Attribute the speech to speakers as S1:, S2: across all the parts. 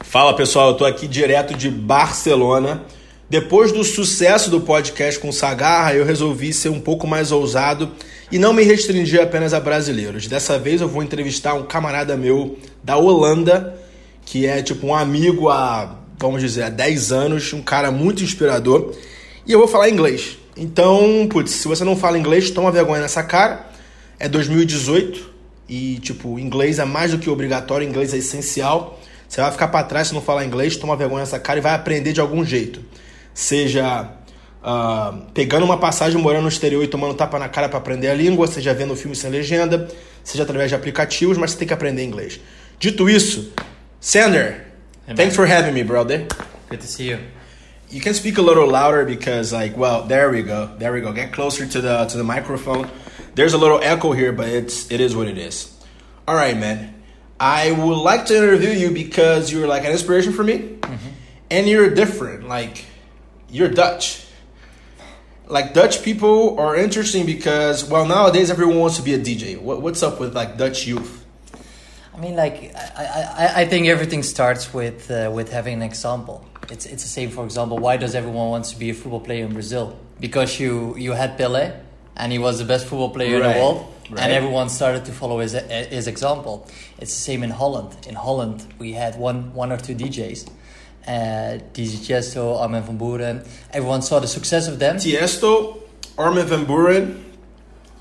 S1: Fala pessoal, eu tô aqui direto de Barcelona. Depois do sucesso do podcast com Sagarra, eu resolvi ser um pouco mais ousado e não me restringir apenas a brasileiros. Dessa vez eu vou entrevistar um camarada meu da Holanda, que é tipo um amigo há, vamos dizer, há 10 anos, um cara muito inspirador, e eu vou falar inglês. Então, putz, se você não fala inglês, toma vergonha nessa cara. É 2018 e tipo, inglês é mais do que obrigatório, inglês é essencial. Você vai ficar para trás se não falar inglês, toma vergonha nessa cara e vai aprender de algum jeito. Seja ah, pegando uma passagem, morando no exterior e tomando tapa na cara para aprender a língua, seja vendo um filme sem legenda, seja através de aplicativos, mas você tem que aprender inglês. Dito isso, Sander,
S2: Hey, man.
S1: thanks for having me, brother.
S2: Good to see you.
S1: You can speak a little louder because, like, well, there we go, there we go. Get closer to the to the microphone. There's a little echo here, but it's it is what it is. All right, man. I would like to interview you because you're like an inspiration for me, and you're different. Like, you're Dutch. Like Dutch people are interesting because, well, nowadays everyone wants to be a DJ. What, what's up with like Dutch youth?
S2: I mean, like, I, I, I think everything starts with uh, with having an example. It's it's the same. For example, why does everyone want to be a football player in Brazil? Because you you had Pelé, and he was the best football player in
S1: Right,
S2: the world,
S1: right.
S2: and everyone started to follow his his example. It's the same in Holland. In Holland, we had one one or two DJs. Uh, DJ Chesto, Armin van Buuren. Everyone saw the success of them.
S1: Tiesto, Armin van Buuren,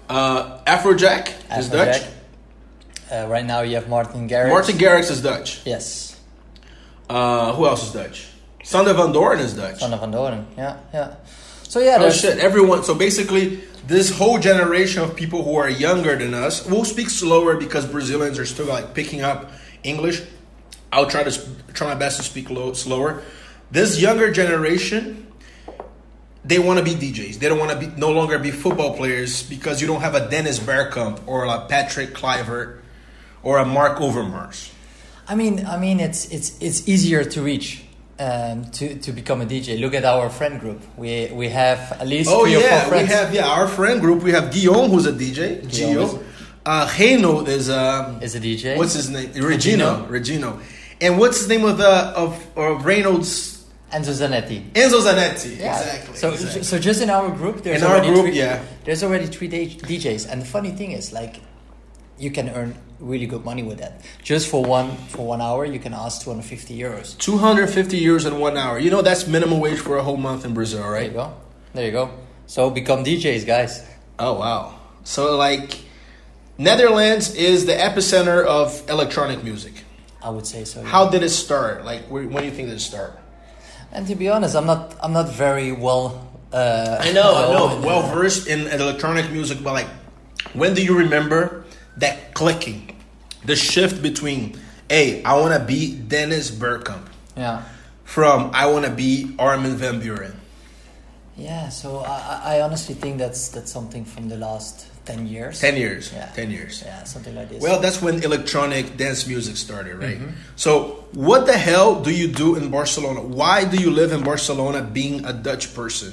S1: uh, Afrojack is Dutch.
S2: Afrojack. Uh, right now, you have Martin Garrix.
S1: Martin Garrix is Dutch.
S2: Yes.
S1: Uh, who else is Dutch? Sander van Doren is Dutch.
S2: Van van Doren. Yeah, yeah. So yeah,
S1: Oh
S2: there's,
S1: shit! Everyone. So basically, this whole generation of people who are younger than us will speak slower because Brazilians are still like picking up English. I'll try to sp- try my best to speak low, slower. This younger generation, they want to be DJs. They don't want to be no longer be football players because you don't have a Dennis Bergkamp or a Patrick Kluivert or a Mark Overmars.
S2: I mean, I mean, it's it's it's easier to reach um, to to become a DJ. Look at our friend group. We we have at least
S1: Oh
S2: three or
S1: yeah,
S2: four
S1: we
S2: friends.
S1: have yeah our friend group. We have Guillaume who's a DJ.
S2: Guillaume
S1: Gio, uh, Reno is um,
S2: Is a DJ.
S1: what's his name? Regino. Regino, and what's the name of the of, of Reynolds?
S2: Enzo Zanetti.
S1: Enzo Zanetti.
S2: Yeah.
S1: Exactly.
S2: So,
S1: exactly.
S2: so just in our group, there's
S1: In our
S2: already
S1: group,
S2: three,
S1: yeah.
S2: there's already three day- DJs, and the funny thing is, like, you can earn really good money with that. Just for one for one hour, you can ask 250 euros.
S1: 250 euros in one hour. You know that's minimum wage for a whole month in Brazil,
S2: There you
S1: right?
S2: go. There you go. So become DJs, guys.
S1: Oh wow. So like, Netherlands is the epicenter of electronic music.
S2: I would say so. yeah.
S1: How did it start? Like, where, when do you think did it start?
S2: And to be honest, I'm not I'm not very well. Uh,
S1: I know, I
S2: well-
S1: know. Well versed in electronic music, but like, when do you remember that clicking, the shift between, hey, I want to be Dennis Bergkamp
S2: Yeah,
S1: from I want to be Armin van Buren.
S2: yeah. So I, I I honestly think that's that's something from the last ten years.
S1: Ten years,
S2: Yeah.
S1: ten years.
S2: Yeah, something like this.
S1: Well, that's when electronic dance music started, right?
S2: Mm-hmm.
S1: So, what the hell do you do in Barcelona? Why do you live in Barcelona, being a Dutch person?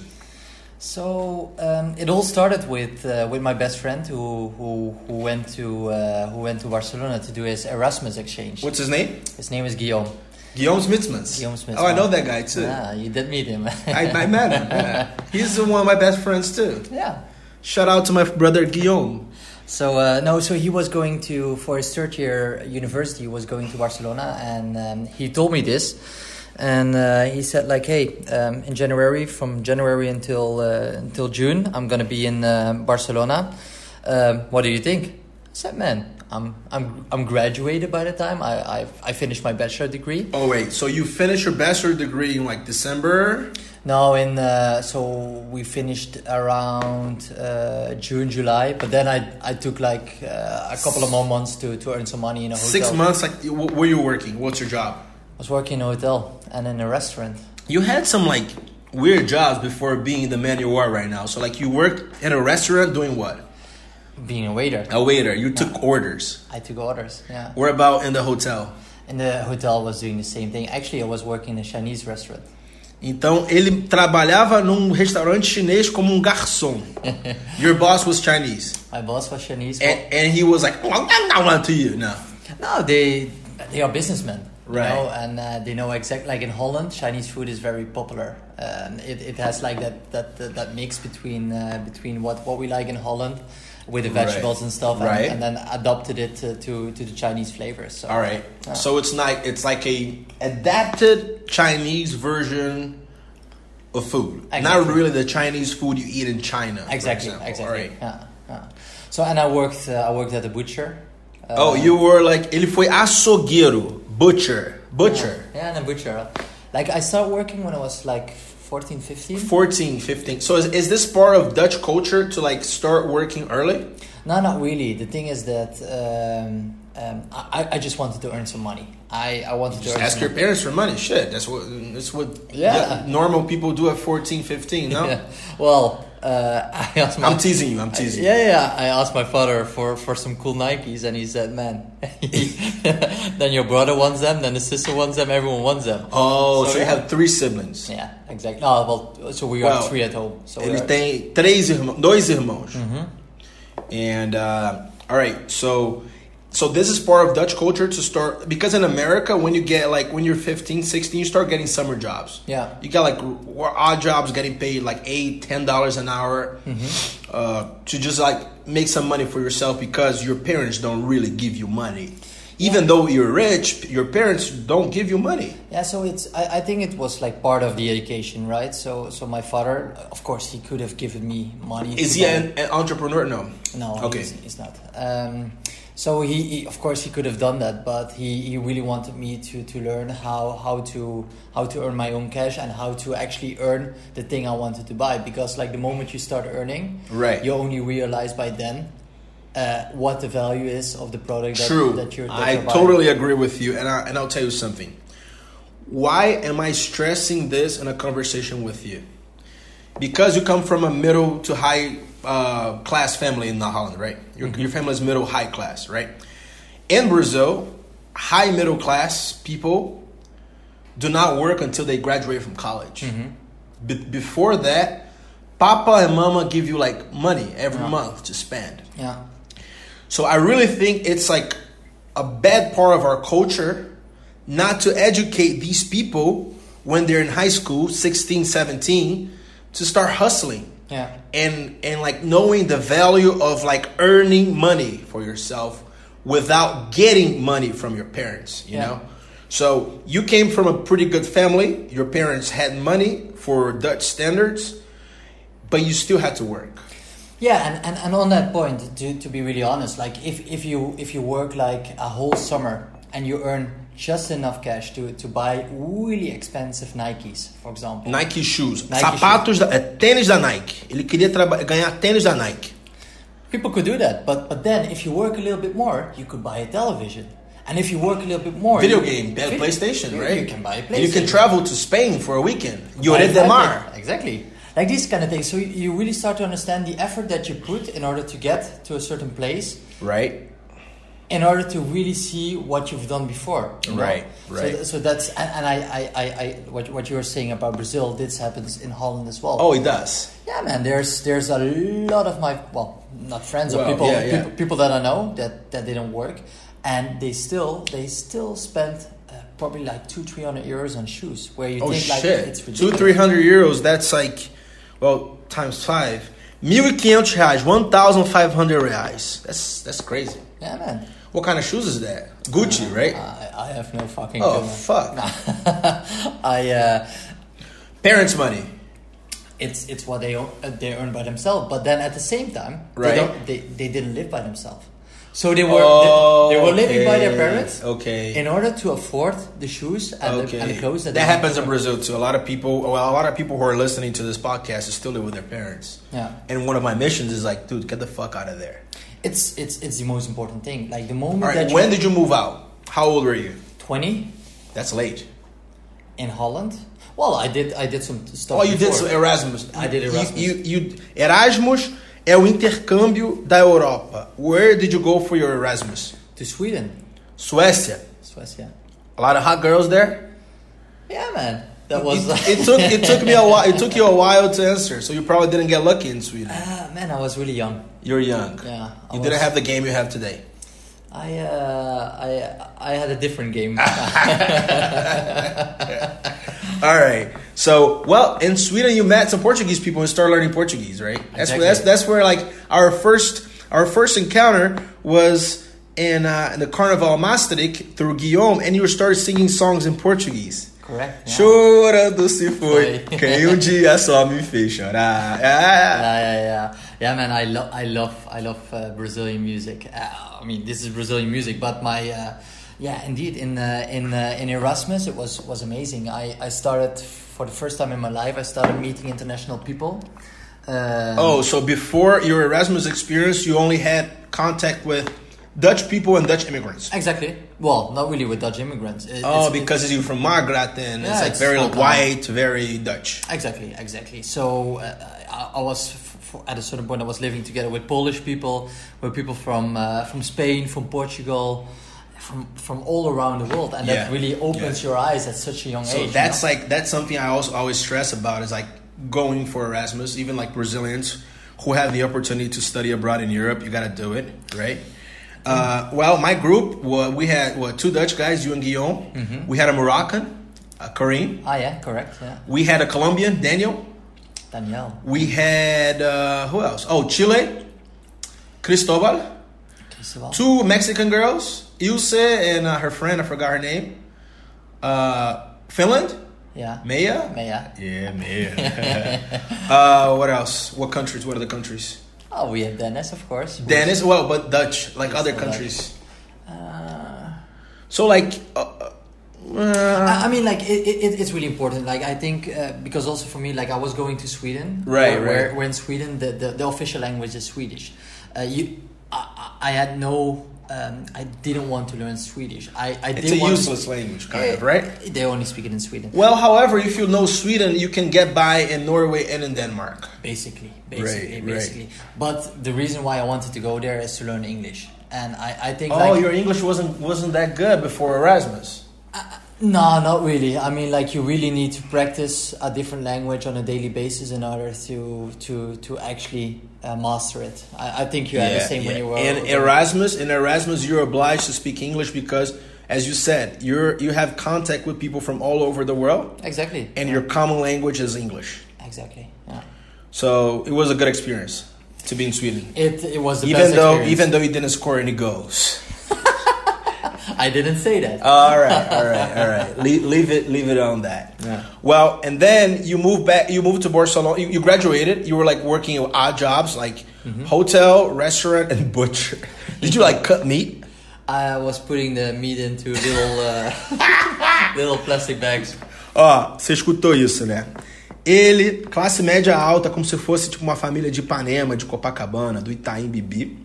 S2: So um, it all started with uh, with my best friend who who, who went to uh, who went to Barcelona to do his Erasmus exchange.
S1: What's his name?
S2: His name is Guillaume.
S1: Guillaume Smitsmans.
S2: Guillaume Smith.
S1: Oh, I know that guy too.
S2: Yeah, you did meet him.
S1: I, I met him. yeah. He's one of my best friends too.
S2: yeah.
S1: Shout out to my brother Guillaume.
S2: So uh, no, so he was going to for his third year university. He was going to Barcelona, and um, he told me this, and uh, he said like, "Hey, um, in January, from January until uh, until June, I'm gonna be in uh, Barcelona. Um, what do you think?" I said, "Man, I'm I'm I'm graduated by the time I I, I finished my bachelor degree.
S1: Oh wait, so you finished your bachelor degree in like December?
S2: No, in uh, so we finished around uh, June, July, but then I I took like uh, a couple of more months to to earn some money in a hotel.
S1: Six months? Like, you- wh- where you working? What's your job?
S2: I was working in a hotel and in a restaurant.
S1: You had some like weird jobs before being the man you are right now. So like you worked in a restaurant doing what?
S2: Being a waiter,
S1: A waiter. You took orders.
S2: I took orders. Yeah,
S1: Where about in the hotel?
S2: and the hotel was doing the same thing. Actually, I was working in a Chinese restaurant.
S1: Então ele trabalhava num restaurante chinês como um garçom. Your boss was Chinese,
S2: My boss was
S1: Eh,
S2: Chinese.
S1: and, and he was like, "Oh, I'm not to you." No.
S2: no, they they are businessmen. you
S1: Right.
S2: know, and uh, they know exact like in Holland, Chinese food is very popular. Um, it, it has like that that that, that mix between uh, between what, what we like in Holland with the
S1: Right.
S2: vegetables and stuff, and,
S1: Right.
S2: and then adopted it to, to to the Chinese flavors. So.
S1: All right. So it's like it's like a adapted Chinese version of food. Not
S2: Exactly.
S1: really the Chinese food you eat in China. for
S2: Exactly,
S1: example.
S2: exactly.
S1: All right.
S2: Yeah, yeah. So and I worked uh, I worked at the butcher. Uh,
S1: Oh, you were like ele foi açougueiro, butcher, butcher.
S2: Yeah, and a butcher. Like I started working when I was like 14, 15.
S1: 14, 15. So is, is this part of Dutch culture to like start working early?
S2: No, not really. The thing is that um, um, I, I just wanted to earn some money. I, I wanted
S1: Just
S2: to earn
S1: ask
S2: some
S1: your parents for money. Shit, that's what that's what
S2: Yeah.
S1: normal people do at 14, 15, no?
S2: Yeah. Well, uh, I asked my
S1: I'm teasing you. I'm teasing. you.
S2: yeah, yeah. I asked my father for, for some cool Nikes, and he said, "Man, then your brother wants them, then the sister wants them, everyone wants them."
S1: Oh, so,
S2: So-
S1: you have three siblings.
S2: Yeah, exactly. No, well, so we are
S1: Well,
S2: three at home. So we
S1: Ele
S2: are-
S1: tem três irmãos, dois irmãos. And uh, all right, so so this is part of Dutch culture to start because in America when you get like when you're 15, 16, you start getting summer jobs.
S2: Yeah.
S1: You got like r- odd jobs getting paid like 8, 10 dollars an hour
S2: Mm-hmm.
S1: uh, to just like make some money for yourself because your parents don't really give you money. Even though you're rich, your parents don't give you money.
S2: Yeah, so it's. I, I think it was like part of the education, right? So, so my father, of course, he could have given me money.
S1: Is
S2: to
S1: he
S2: buy-
S1: an, an entrepreneur? No.
S2: No,
S1: Okay.
S2: he's, he's not. Um, so he, he, of course, he could have done that, but he, he really wanted me to, to learn how, how to how to earn my own cash and how to actually earn the thing I wanted to buy. Because like the moment you start earning,
S1: Right.
S2: you only realize by then uh, what the value is of the product that,
S1: True.
S2: that you're. That
S1: I
S2: you're buying.
S1: totally agree with you, and I, and I'll tell you something. Why am I stressing this in a conversation with you? Because you come from a middle to high uh, class family in Holland, right? Your,
S2: Mm-hmm.
S1: your family is middle high class, right? In Brazil, high middle class people do not work until they graduate from college.
S2: Mm-hmm.
S1: Be- before that, Papa and Mama give you like money every month to spend.
S2: Yeah.
S1: So I really think it's like a bad part of our culture not to educate these people when they're in high school, 16, 17, to start hustling
S2: Yeah.
S1: and and like knowing the value of like earning money for yourself without getting money from your parents you
S2: Yeah.
S1: know so you came from a pretty good family your parents had money for dutch standards but you still had to work
S2: Yeah, and, and, and on that point, to, to be really honest, like if, if you if you work like a whole summer and you earn just enough cash to, to buy really expensive Nikes, for example,
S1: Nike shoes.
S2: Nike
S1: Sapatos, da- é tênis da Nike. Ele queria traba- ganhar tênis da Nike.
S2: people could do that. But but then if you work a little bit more, you could buy a television, and if you work a little bit more,
S1: Video
S2: you-
S1: game,
S2: Vid-
S1: PlayStation,
S2: you,
S1: right?
S2: You can buy a
S1: And You
S2: PlayStation.
S1: can travel to Spain for a weekend. Lloré
S2: Exactly,
S1: de Mar.
S2: Exactly. Like these kind of things. So you, you really start to understand the effort that you put in order to get to a certain place.
S1: Right?
S2: in order to really see what you've done before. you know?
S1: Right, right.
S2: So, so that's and, and I, I, I, I what, what you were saying about Brazil, this happens in Holland as well.
S1: Oh, it does.
S2: yeah, man. There's there's a lot of my well, not friends
S1: Well,
S2: or people,
S1: yeah, yeah.
S2: people people that I know that that didn't work, and they still they still spent. uh, Probably like two, three hundred euros on shoes, where you
S1: Oh,
S2: think like
S1: shit.
S2: it's
S1: Two,
S2: ridiculous.
S1: three hundred euros, that's like, well, times five. 1,500 reais. 1,500 reais. That's, that's crazy.
S2: Yeah, man.
S1: What kind of shoes is that? Gucci, right?
S2: I, I have no fucking.
S1: Oh,
S2: clue, man.
S1: fuck.
S2: I uh,
S1: Parents' money.
S2: it's it's what they o- uh, they earn by themselves. But then at the same time,
S1: Right.
S2: they, don't, they they didn't live by themselves. So they were they, they were living by their
S1: Okay,
S2: parents
S1: Okay.
S2: in order to afford the shoes and,
S1: Okay.
S2: the, and the clothes that,
S1: that
S2: they
S1: happens in Brazil too. A lot of people, well, a lot of people who are listening to this podcast is still live with their parents.
S2: Yeah.
S1: And one of my missions is like, dude, get the fuck out of there.
S2: It's it's it's the most important thing. Like the moment
S1: All
S2: that
S1: right.
S2: you
S1: When did you move out? How old were you?
S2: twenty
S1: That's late.
S2: in Holland. Well, I did I did some stuff.
S1: Oh, you did
S2: before.
S1: some Erasmus.
S2: I did
S1: You-
S2: Erasmus.
S1: You, you- Erasmus é o intercâmbio da Europa. Where did you go for your Erasmus?
S2: to Sweden,
S1: Suécia.
S2: Suecia.
S1: A lot of hot girls there.
S2: Yeah, man, that was.
S1: It, it took it took me a while. It took you a while to answer, so you probably didn't get lucky in Sweden.
S2: Ah, man, I was really young.
S1: You're young.
S2: Yeah, I
S1: You
S2: was-
S1: didn't have the game you have today.
S2: I uh, I I had a different game.
S1: All right. So, well, in Sweden, you met some Portuguese people and started learning Portuguese, right? That's
S2: Exactly.
S1: where that's that's where like our first our first encounter was in, uh, in the Carnaval Maastricht through Guillaume, and you started singing songs in Portuguese.
S2: Correct. yeah.
S1: Chorando se foi,
S2: Foi.
S1: quem um dia só me fez chorar. Ah,
S2: yeah, yeah, yeah, yeah, man. I love, I love, I love uh, Brazilian music. Uh, I mean, this is Brazilian music, but my, uh, yeah, indeed, in uh, in uh, in Erasmus, it was was amazing. I I started for the first time in my life. I started meeting international people. Uh,
S1: Oh, so before your Erasmus experience, you only had contact with Dutch people and Dutch immigrants.
S2: Exactly. Well, not really with Dutch immigrants. It-
S1: Oh,
S2: it's-
S1: because you're from Magrat, and it's
S2: Yeah,
S1: like
S2: it's
S1: very
S2: Volendam.
S1: white, very Dutch.
S2: Exactly, exactly. So uh, I, I was f- f- at a certain point I was living together with Polish people, with people from uh, from Spain, from Portugal, from from all around the world, and that
S1: Yeah,
S2: really opens your eyes at such a young
S1: So
S2: age. you
S1: that's
S2: know?
S1: like that's something I also always stress about is like going for Erasmus. Even like Brazilians who have the opportunity to study abroad in Europe, you got to do it, right? Uh, well, my group well, we had well, two Dutch guys, you and Guillaume.
S2: Mm-hmm.
S1: We had a Moroccan, uh, Karim.
S2: ah yeah, correct, yeah,
S1: We had a Colombian, Daniel.
S2: Daniel,
S1: We had uh, who else? Oh, Chile, Cristobal.
S2: Cristobal.
S1: two Mexican girls, Ilse and uh, her friend, I forgot her name. Uh, Finland,
S2: yeah,
S1: Maya.
S2: Maya.
S1: Yeah, Maya. uh, what else? What countries? What other countries?
S2: Oh, we had Dennis, of course. who-
S1: Dennis, well, but Dutch, like other
S2: Dutch.
S1: countries.
S2: Uh,
S1: So, like, uh, uh,
S2: I I mean, like it, it, it's really important. Like I think uh, because also for me, like I was going to Sweden,
S1: Right,
S2: where, where-
S1: right.
S2: Where in Sweden the, the, the official language is Swedish. Uh, you, I, I I had no, um, I didn't want to learn Swedish. I, I
S1: it's
S2: did
S1: a
S2: want- Eh,
S1: useless language, kind of, right?
S2: They only speak it in Sweden.
S1: Well, however, if you know Sweden, you can get by in Norway and in Denmark.
S2: basically basically
S1: Right, right.
S2: basically but the reason why i wanted to go there is to learn english and i, I think
S1: Oh,
S2: like
S1: your English wasn't wasn't that good before Erasmus.
S2: No, not really. I mean, like you really need to practice a different language on a daily basis in order to to to actually uh, master it. I, I think you had the same when you were
S1: In Erasmus, in Erasmus, you're obliged to speak English because, as you said, you're you have contact with people from all over the world,
S2: Exactly.
S1: and your common language is English.
S2: exactly. Yeah.
S1: So it was a good experience to be in Sweden,
S2: It it was the
S1: even
S2: best
S1: though
S2: experience.
S1: even though you didn't score any goals.
S2: I didn't say that.
S1: All right, all right, all right. leave, leave it, leave it on that.
S2: Yeah.
S1: Well, and then you moved back. You moved to Barcelona. You, you graduated. You were like working odd jobs, like
S2: Mm-hmm.
S1: hotel, restaurant, and butcher. Did you like cut meat?
S2: I was putting the meat into little uh, little plastic bags.
S1: Ó, você escutou isso, né? Ele, classe média alta, como se fosse tipo uma família de Ipanema, de Copacabana, do Itaim Bibi.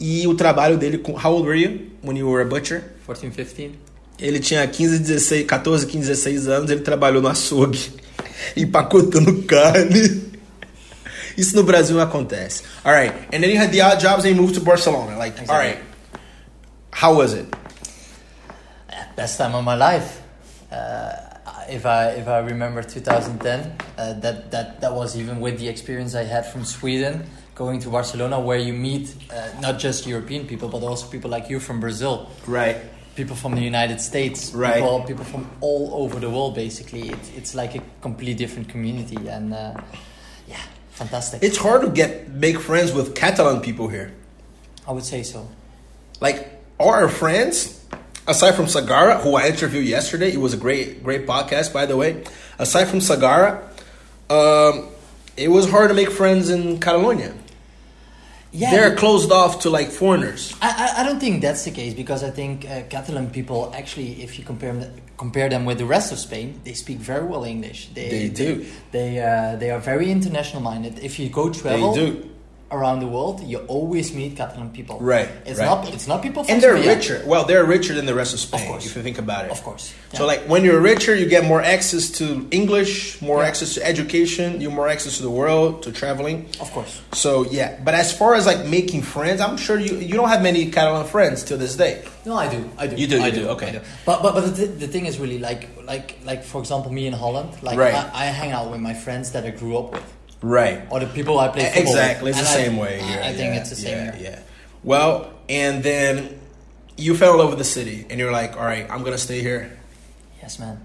S1: E o trabalho dele com. How old were you when you were a butcher?
S2: 14, 15.
S1: Ele tinha 15, 16, 14, 15, 16 anos, ele trabalhou no açougue, empacotando carne. Isso no Brasil não acontece. Alright, and then you had the odd jobs and you moved to Barcelona. Like,
S2: Exactly.
S1: alright. How was it?
S2: best time of my life. Uh, if I if I remember 2010, uh, that that that was even with the experience I had from Sweden, going to Barcelona, where you meet uh, not just European people, but also people like you from Brazil,
S1: Right.
S2: people from the United States,
S1: Right.
S2: people, people from all over the world. Basically, it's it's like a completely different community, and uh, yeah, fantastic.
S1: It's hard to get make friends with Catalan people here.
S2: I would say so.
S1: like all our friends aside from sagara who i interviewed yesterday it was a great great podcast by the way aside from sagara um, it was hard to make friends in catalonia
S2: Yeah,
S1: they're closed off to like foreigners
S2: I, I- I don't think that's the case because I think uh, Catalan people actually, if you compare them, compare them with the rest of Spain, they speak very well English. They,
S1: They do.
S2: They uh, they are very international minded. If you go travel
S1: do.
S2: around the world, you always meet Catalan people.
S1: Right,
S2: It's
S1: right.
S2: not it's not people from
S1: and they're
S2: Sevilla.
S1: richer well they're richer than the rest of spain
S2: course.
S1: if you think about it
S2: Of course.
S1: so
S2: Yeah.
S1: like when you're richer you get more access to english more
S2: Yeah.
S1: access to education you more access to the world to traveling
S2: of course.
S1: so yeah but as far as like making friends i'm sure you you don't have many catalan friends till this day
S2: No, I do. I do.
S1: You do, you
S2: I
S1: do, okay.
S2: I But but but the, the thing is really like like like for example me in Holland, like
S1: Right.
S2: I, I hang out with my friends that I grew up with.
S1: right
S2: Or the people I play football with.
S1: E, Exactly, it's the
S2: And I-
S1: same way.
S2: I,
S1: Yeah,
S2: I think
S1: yeah,
S2: it's the same
S1: Yeah,
S2: here.
S1: yeah. Well, and then you fell in love with the city and you're like, all right, I'm going to stay here.
S2: Yes, man.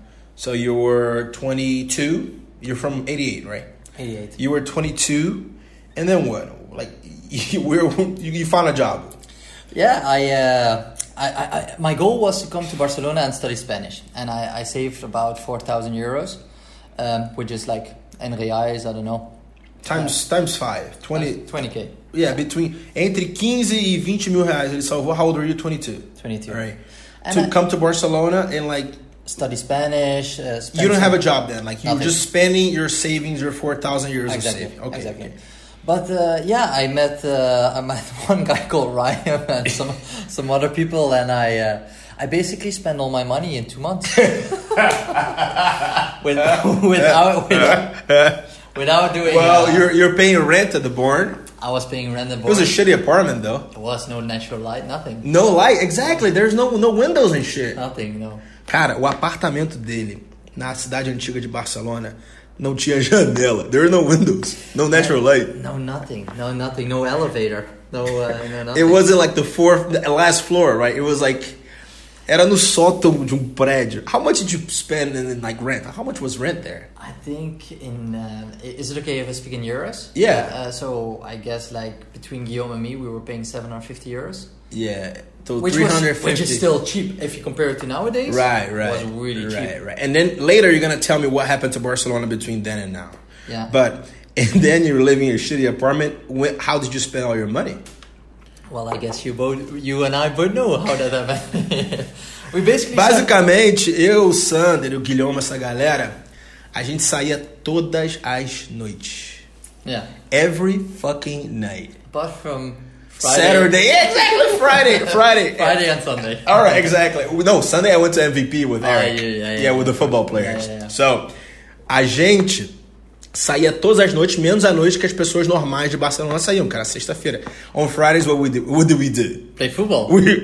S1: So you were 22. You're from 88, right?
S2: 88.
S1: You were 22. And then what? Like, you, were, you, you found a job.
S2: Yeah, I, uh, I, I, I, my goal was to come to Barcelona and study Spanish, and I, I saved about four thousand euros, um, which is like in reais, I don't know,
S1: Times, times five. 20.
S2: twenty k,
S1: Yeah, between entre 15 e 20 mil reais ele salvou. How old were you? 22.
S2: twenty two.
S1: All right.
S2: And
S1: to
S2: I-
S1: come to Barcelona and like
S2: Study Spanish. Uh, spend
S1: you don't
S2: some-
S1: have a job then. Like you're
S2: Nothing.
S1: just spending your savings, your 4,000 euros
S2: Exactly.
S1: of saving. Okay.
S2: exactly.
S1: okay.
S2: But uh, yeah, I met uh, I met one guy called Ryan and some some other people, and I uh, I basically spent all my money in two months With, without without without doing.
S1: Well,
S2: uh,
S1: you're you're paying rent at the barn.
S2: I was paying rent
S1: It
S2: and
S1: was a
S2: board.
S1: shitty apartment though.
S2: There was no natural light, nothing,
S1: No light, exactly. There's no no windows and shit.
S2: nothing, no.
S1: Cara, o apartamento dele na cidade antiga de Barcelona não tinha janela. There are no windows, no natural light.
S2: No, nothing. No, nothing. No elevator. No, uh, no nothing.
S1: It wasn't like the fourth, the last floor, right? It was like era no sótão de um prédio. How much did you spend in like rent? How much was rent there?
S2: I think in uh, i- is it okay if I speak in euros?
S1: Yeah.
S2: Uh, so I guess like between Guillaume and me, we were paying 750 euros,
S1: Yeah, so
S2: which
S1: three
S2: was
S1: hundred fifty.
S2: which is still cheap if you compare it to nowadays.
S1: right,
S2: It
S1: right,
S2: was really cheap.
S1: right, right. And then later you're gonna tell me what happened to Barcelona between then and now.
S2: Yeah.
S1: but and then you're living in a shitty apartment. When, how did you spend all your money?
S2: Well, I guess you both, you and I both know how that happened. we basically said-
S1: Basicamente, eu, o Sander, o Guilherme, essa galera, a gente saía todas as noites.
S2: yeah,
S1: Every fucking night.
S2: apart from Friday,
S1: Saturday. Yeah, exactly. Friday. Friday.
S2: Friday and Sunday.
S1: All right, exactly. No, Sunday I went to MVP with
S2: Ah,
S1: Eric.
S2: yeah, yeah, yeah.
S1: with the football players.
S2: Yeah, yeah, yeah.
S1: So, a gente saía todas as noites, menos a noite que as pessoas normais de Barcelona saíam, cara, sexta-feira. On Fridays, what we do? What do we do?
S2: Play football.
S1: We,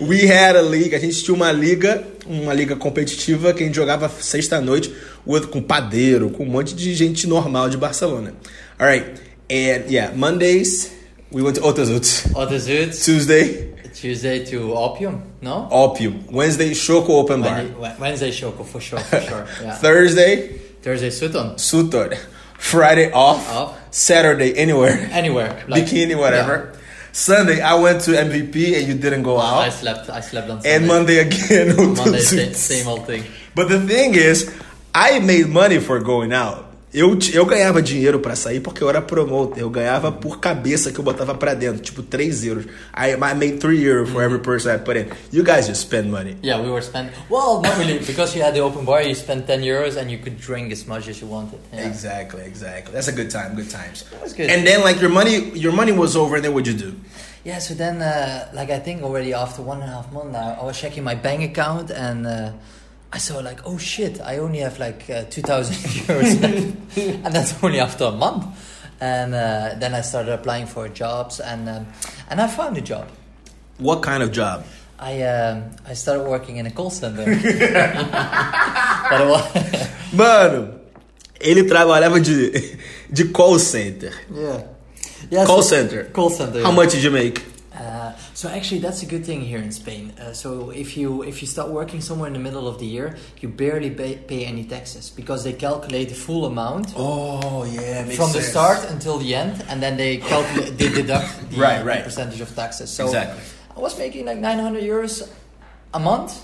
S1: we had a league, a gente tinha uma liga, uma liga competitiva que a gente jogava sexta-noite with- com padeiro, com um monte de gente normal de Barcelona. All right. And yeah, Mondays we went to Otazuts.
S2: Others
S1: Tuesday,
S2: Tuesday to opium. No.
S1: opium. Wednesday, Shoko open bar.
S2: Wednesday, Wednesday Shoko for sure, for sure. Yeah.
S1: Thursday,
S2: Thursday Sutton.
S1: sutor. Friday off.
S2: Off.
S1: Saturday anywhere,
S2: anywhere.
S1: bikini whatever. Sunday I went to MVP and you didn't go
S2: Yeah.
S1: out.
S2: Ah, I slept. I slept on Sunday.
S1: And Monday again.
S2: Monday, same, same old thing.
S1: But the thing is, I made money for going out. Eu, ti- eu ganhava dinheiro pra sair porque eu era promoter. Eu ganhava por cabeça que eu botava pra dentro, tipo 3 euros. I, I made 3 euros
S2: Uhum.
S1: for every person I put in. You guys just spend money.
S2: Yeah, we were spend. Well, not really, because you had the open bar. You spent ten euros, and you could drink as much as you wanted. Yeah.
S1: Exactly, exactly. That's a good time, good times. That
S2: was good.
S1: And then like your money your money was over and then what'd you do?
S2: Yeah, so then, uh, like, I think already after one and a half month, I, I was checking my bank account and uh, I saw, like, oh shit, I only have like uh, 2,000 euros left. and that's only after a month. And uh, then I started applying for jobs and, um, and I found a job.
S1: What kind of job?
S2: I, um, I started working in a call center. but it was,
S1: Mano, ele trabalhava de, de call center.
S2: yeah. yeah.
S1: Call
S2: so-
S1: center.
S2: Call center.
S1: How
S2: yeah.
S1: much did you make?
S2: Uh, so actually, that's a good thing here in Spain. Uh, so if you if you start working somewhere in the middle of the year, you barely pay, pay any taxes because they calculate the full amount
S1: Oh yeah,
S2: from the start until the end, and then they calculate they deduct the,
S1: Right,
S2: the
S1: right.
S2: percentage of taxes. So
S1: Exactly.
S2: I was making like 900 euros a month,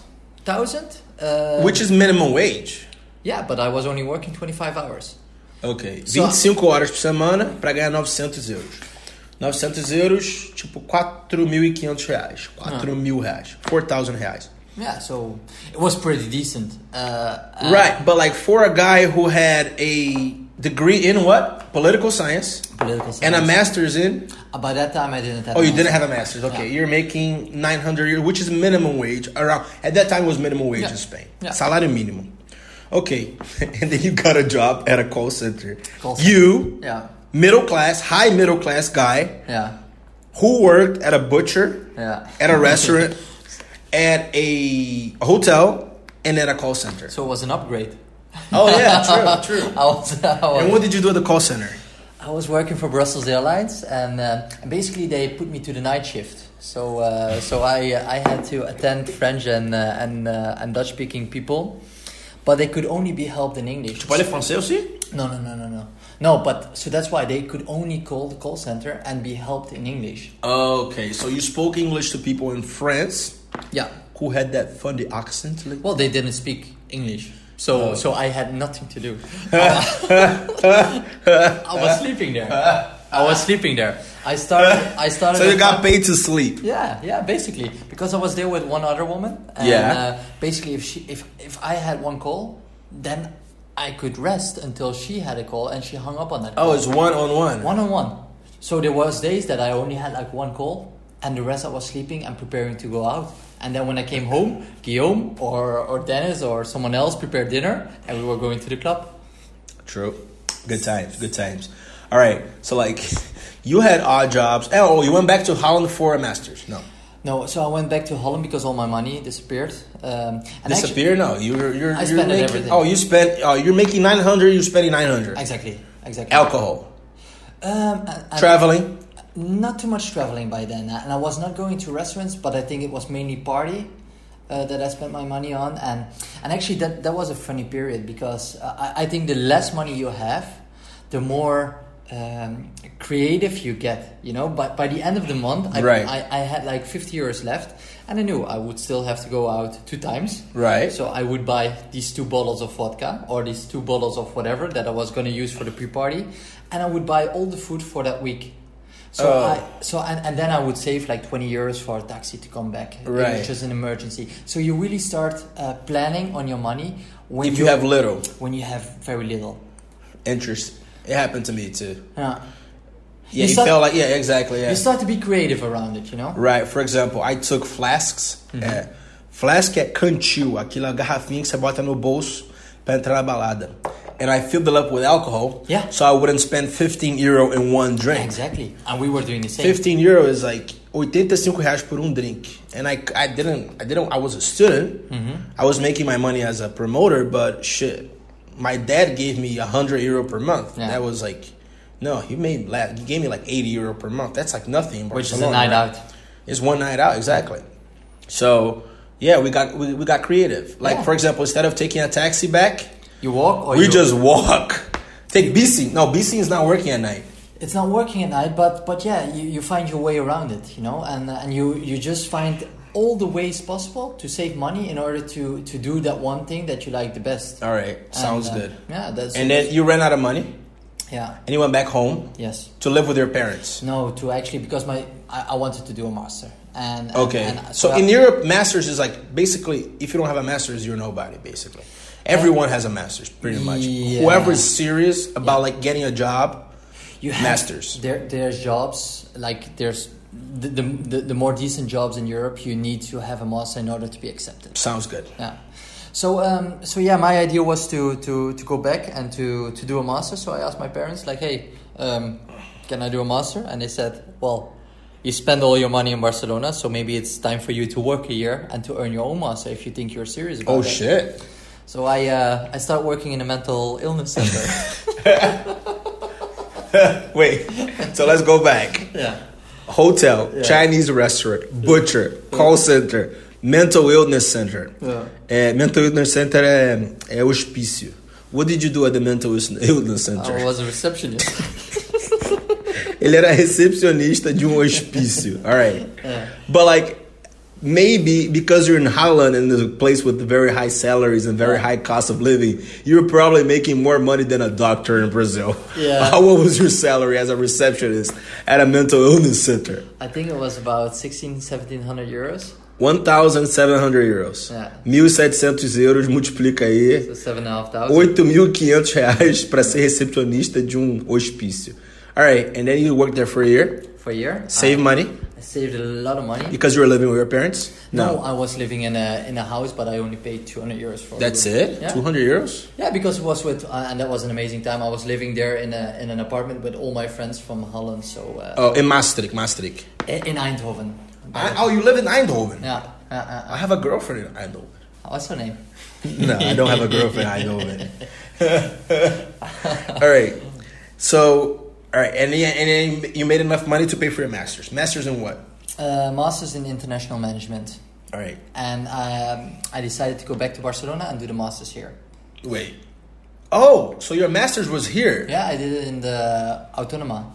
S2: thousand. Uh,
S1: Which is minimum wage.
S2: yeah, but I was only working 25 hours.
S1: Ok.
S2: Só-
S1: 25 horas por semana pra ganhar 900 euros. 900 euros, tipo 4.500 reais. 4
S2: Ah.
S1: mil reais. 4,000 reais.
S2: Yeah, so it was pretty decent. Uh, and-
S1: right, but like for a guy who had a degree in what? Political science.
S2: Political
S1: And a
S2: science.
S1: master's in?
S2: Uh, By that time, I didn't have.
S1: Oh, you
S2: a
S1: didn't
S2: master.
S1: have a master's. Okay, you're making 900 euros, which is minimum wage around. At that time, it was minimum wage
S2: Yeah.
S1: in Spain.
S2: Yeah.
S1: Salario mínimo. Okay, and then you got a job at a call center.
S2: Call center.
S1: You,
S2: Yeah,
S1: middle class, high middle class guy
S2: yeah,
S1: who worked at a butcher,
S2: yeah.
S1: at a restaurant, at a hotel, and at a call center.
S2: So it was an upgrade.
S1: Oh, yeah, true, true.
S2: I was, I
S1: And
S2: was,
S1: what did you do at the call center?
S2: uh, I was working for Brussels Airlines, and, um, and basically they put me to the night shift. So uh, so I I had to attend French and uh, and uh, and Dutch speaking people, but they could only be helped in English.
S3: Tu parlais français aussi
S2: No no no no no no. But so that's why they could only call the call center and be helped in English.
S1: Okay, so you spoke English to people in France
S2: Yeah.
S1: who had that funny accent. Like,
S2: Well, they didn't speak English,
S1: Oh.
S2: so so I had nothing to do. I was sleeping there. I was sleeping there. I started. I started.
S1: so you
S2: at
S1: got paid to sleep.
S2: Yeah, yeah, basically, because I was there with one other woman, and
S1: Yeah.
S2: uh, basically, if she, if if I had one call, then I could rest until she had a call, and she hung up on that.
S1: Oh, it's one on one.
S2: One on one. So there was days that I only had like one call, and the rest I was sleeping and preparing to go out. And then when I came home, Guillaume or or Dennis or someone else prepared dinner, and we were going to the club.
S1: True. Good times. Good times. All right. So like, you had odd jobs. Oh, you went back to Holland for a master's. No,
S2: No, so I went back to Holland because all my money disappeared. Um, and actu-
S1: disappear. No, you're you're.
S2: I
S1: you're
S2: spent it
S1: making,
S2: everything.
S1: Oh, you spent. Oh, you're making nine hundred. You're spending nine hundred.
S2: exactly, exactly.
S1: Alcohol.
S2: Um, and- and-
S1: Traveling.
S2: not too much traveling by then and i was not going to restaurants but i think it was mainly party uh, that i spent my money on and and actually that that was a funny period because uh, i, I think the less money you have the more um, creative you get you know but by the end of the month I,
S1: Right.
S2: I, I had like 50 euros left and i knew i would still have to go out two times
S1: Right.
S2: so I would buy these two bottles of vodka or these two bottles of whatever that I was going to use for the pre-party, and I would buy all the food for that week. So
S1: Oh.
S2: I so and, and then I would save like twenty euros for a taxi to come back. It was
S1: Right.
S2: just an emergency. So you really start uh, planning on your money when
S1: If you have little
S2: when you have very little. Uh,
S1: interest, it happened to me too.
S2: Yeah.
S1: Yeah,
S2: You
S1: you,
S2: start-
S1: felt like yeah, exactly. Yeah.
S2: You start to be creative around it, you know.
S1: Right, for example, I took flasks. É, flask é cantil, aquela garrafinha que você bota no bolso pra entrar na balada. And I filled it up with alcohol,
S2: Yeah.
S1: so I wouldn't spend 15 euro in one drink.
S2: Exactly. And we were doing the same.
S1: 15 euro is like 85 reais por um drink. And I, I didn't, I didn't, I was a student. I was making my money as a promoter, but shit, my dad gave me 100 euro per month.
S2: Yeah.
S1: That was like, no, he made, la- he gave me like 80 euro per month. That's like nothing. in
S2: Which is a
S1: Barcelona,
S2: night
S1: right?
S2: out.
S1: It's one night out, exactly. So yeah, we got we, we got creative. Like
S2: Yeah.
S1: for example, instead of taking a taxi back,
S2: You walk or
S1: we
S2: Oh, you,
S1: just walk. Take BC. No, BC is not working at night.
S2: it's not working at night but but yeah you, you find your way around it you know and and you you just find all the ways possible to save money in order to to do that one thing that you like the best
S1: All right, sounds
S2: And, uh,
S1: good.
S2: yeah that's
S1: And then you ran out of money,
S2: yeah
S1: and you went back home
S2: yes
S1: to live with your parents.
S2: no to actually because my i, I wanted to do a master and and-
S1: Okay.
S2: and, uh,
S1: so
S2: I-
S1: in Europe, masters is like basically if you don't have a masters, you're nobody. Basically, everyone has a masters, pretty much.
S2: Yeah.
S1: Whoever's serious about like getting a job,
S2: you have,
S1: masters.
S2: There, there's jobs like there's the, the, the, the more decent jobs in Europe. You need to have a master in order to be accepted.
S1: Sounds good.
S2: Yeah. So um, so yeah, my idea was to, to, to go back and to, to do a master. So I asked my parents like, hey, um, can I do a master? And they said, well, you spend all your money in Barcelona, so maybe it's time for you to work a year and to earn your own master if you think you're serious about
S1: Oh
S2: it.
S1: shit!
S2: So I uh, I start working in a mental illness center.
S1: Wait. So let's go back.
S2: yeah.
S1: hotel, Chinese restaurant, butcher, call center, mental illness center. É, mental illness center é, é hospício. What did you do at the mental is- illness
S2: I
S1: center?
S2: was a receptionist.
S1: Ele era recepcionista de um hospício. All right. But like maybe because you're in Holland and there's a place with very high salaries and very high cost of living, you're probably making more money than a doctor in Brazil.
S2: Yeah.
S1: How what was your salary as a receptionist at a mental illness center?
S2: I think it was about 16, 1700 euros.
S1: 1,700 euros.
S2: É.
S1: 1.700 euros, multiplica aí.
S2: So seven and a half thousand.
S1: 8.500 reais para ser recepcionista de um hospício. Alright, and then you work there for a year,
S2: For a year.
S1: save
S2: I,
S1: money
S2: I saved a lot of money.
S1: because you were living with your parents.
S2: No, I was living in a in a house, but I only paid 200 euros for.
S1: that's
S2: a room.
S1: it.
S2: Yeah,
S1: 200 euros.
S2: yeah, because it was with, uh, and that was an amazing time. I was living there in a in an apartment with all my friends from Holland. So uh,
S1: Oh, in Maastricht, Maastricht.
S2: i- in Eindhoven.
S1: I, oh, you live in Eindhoven.
S2: Yeah. Uh, uh,
S1: I have a girlfriend in Eindhoven.
S2: uh. What's her name?
S1: no, I don't have a girlfriend. I know it. all right. So, all right, and then, and then you made enough money to pay for your masters. Masters in what?
S2: uh, masters in international management,
S1: All right.
S2: and um, I decided to go back to Barcelona and do the masters here.
S1: Wait. Oh, so your master's was here
S2: Yeah, I did it in the Autónoma.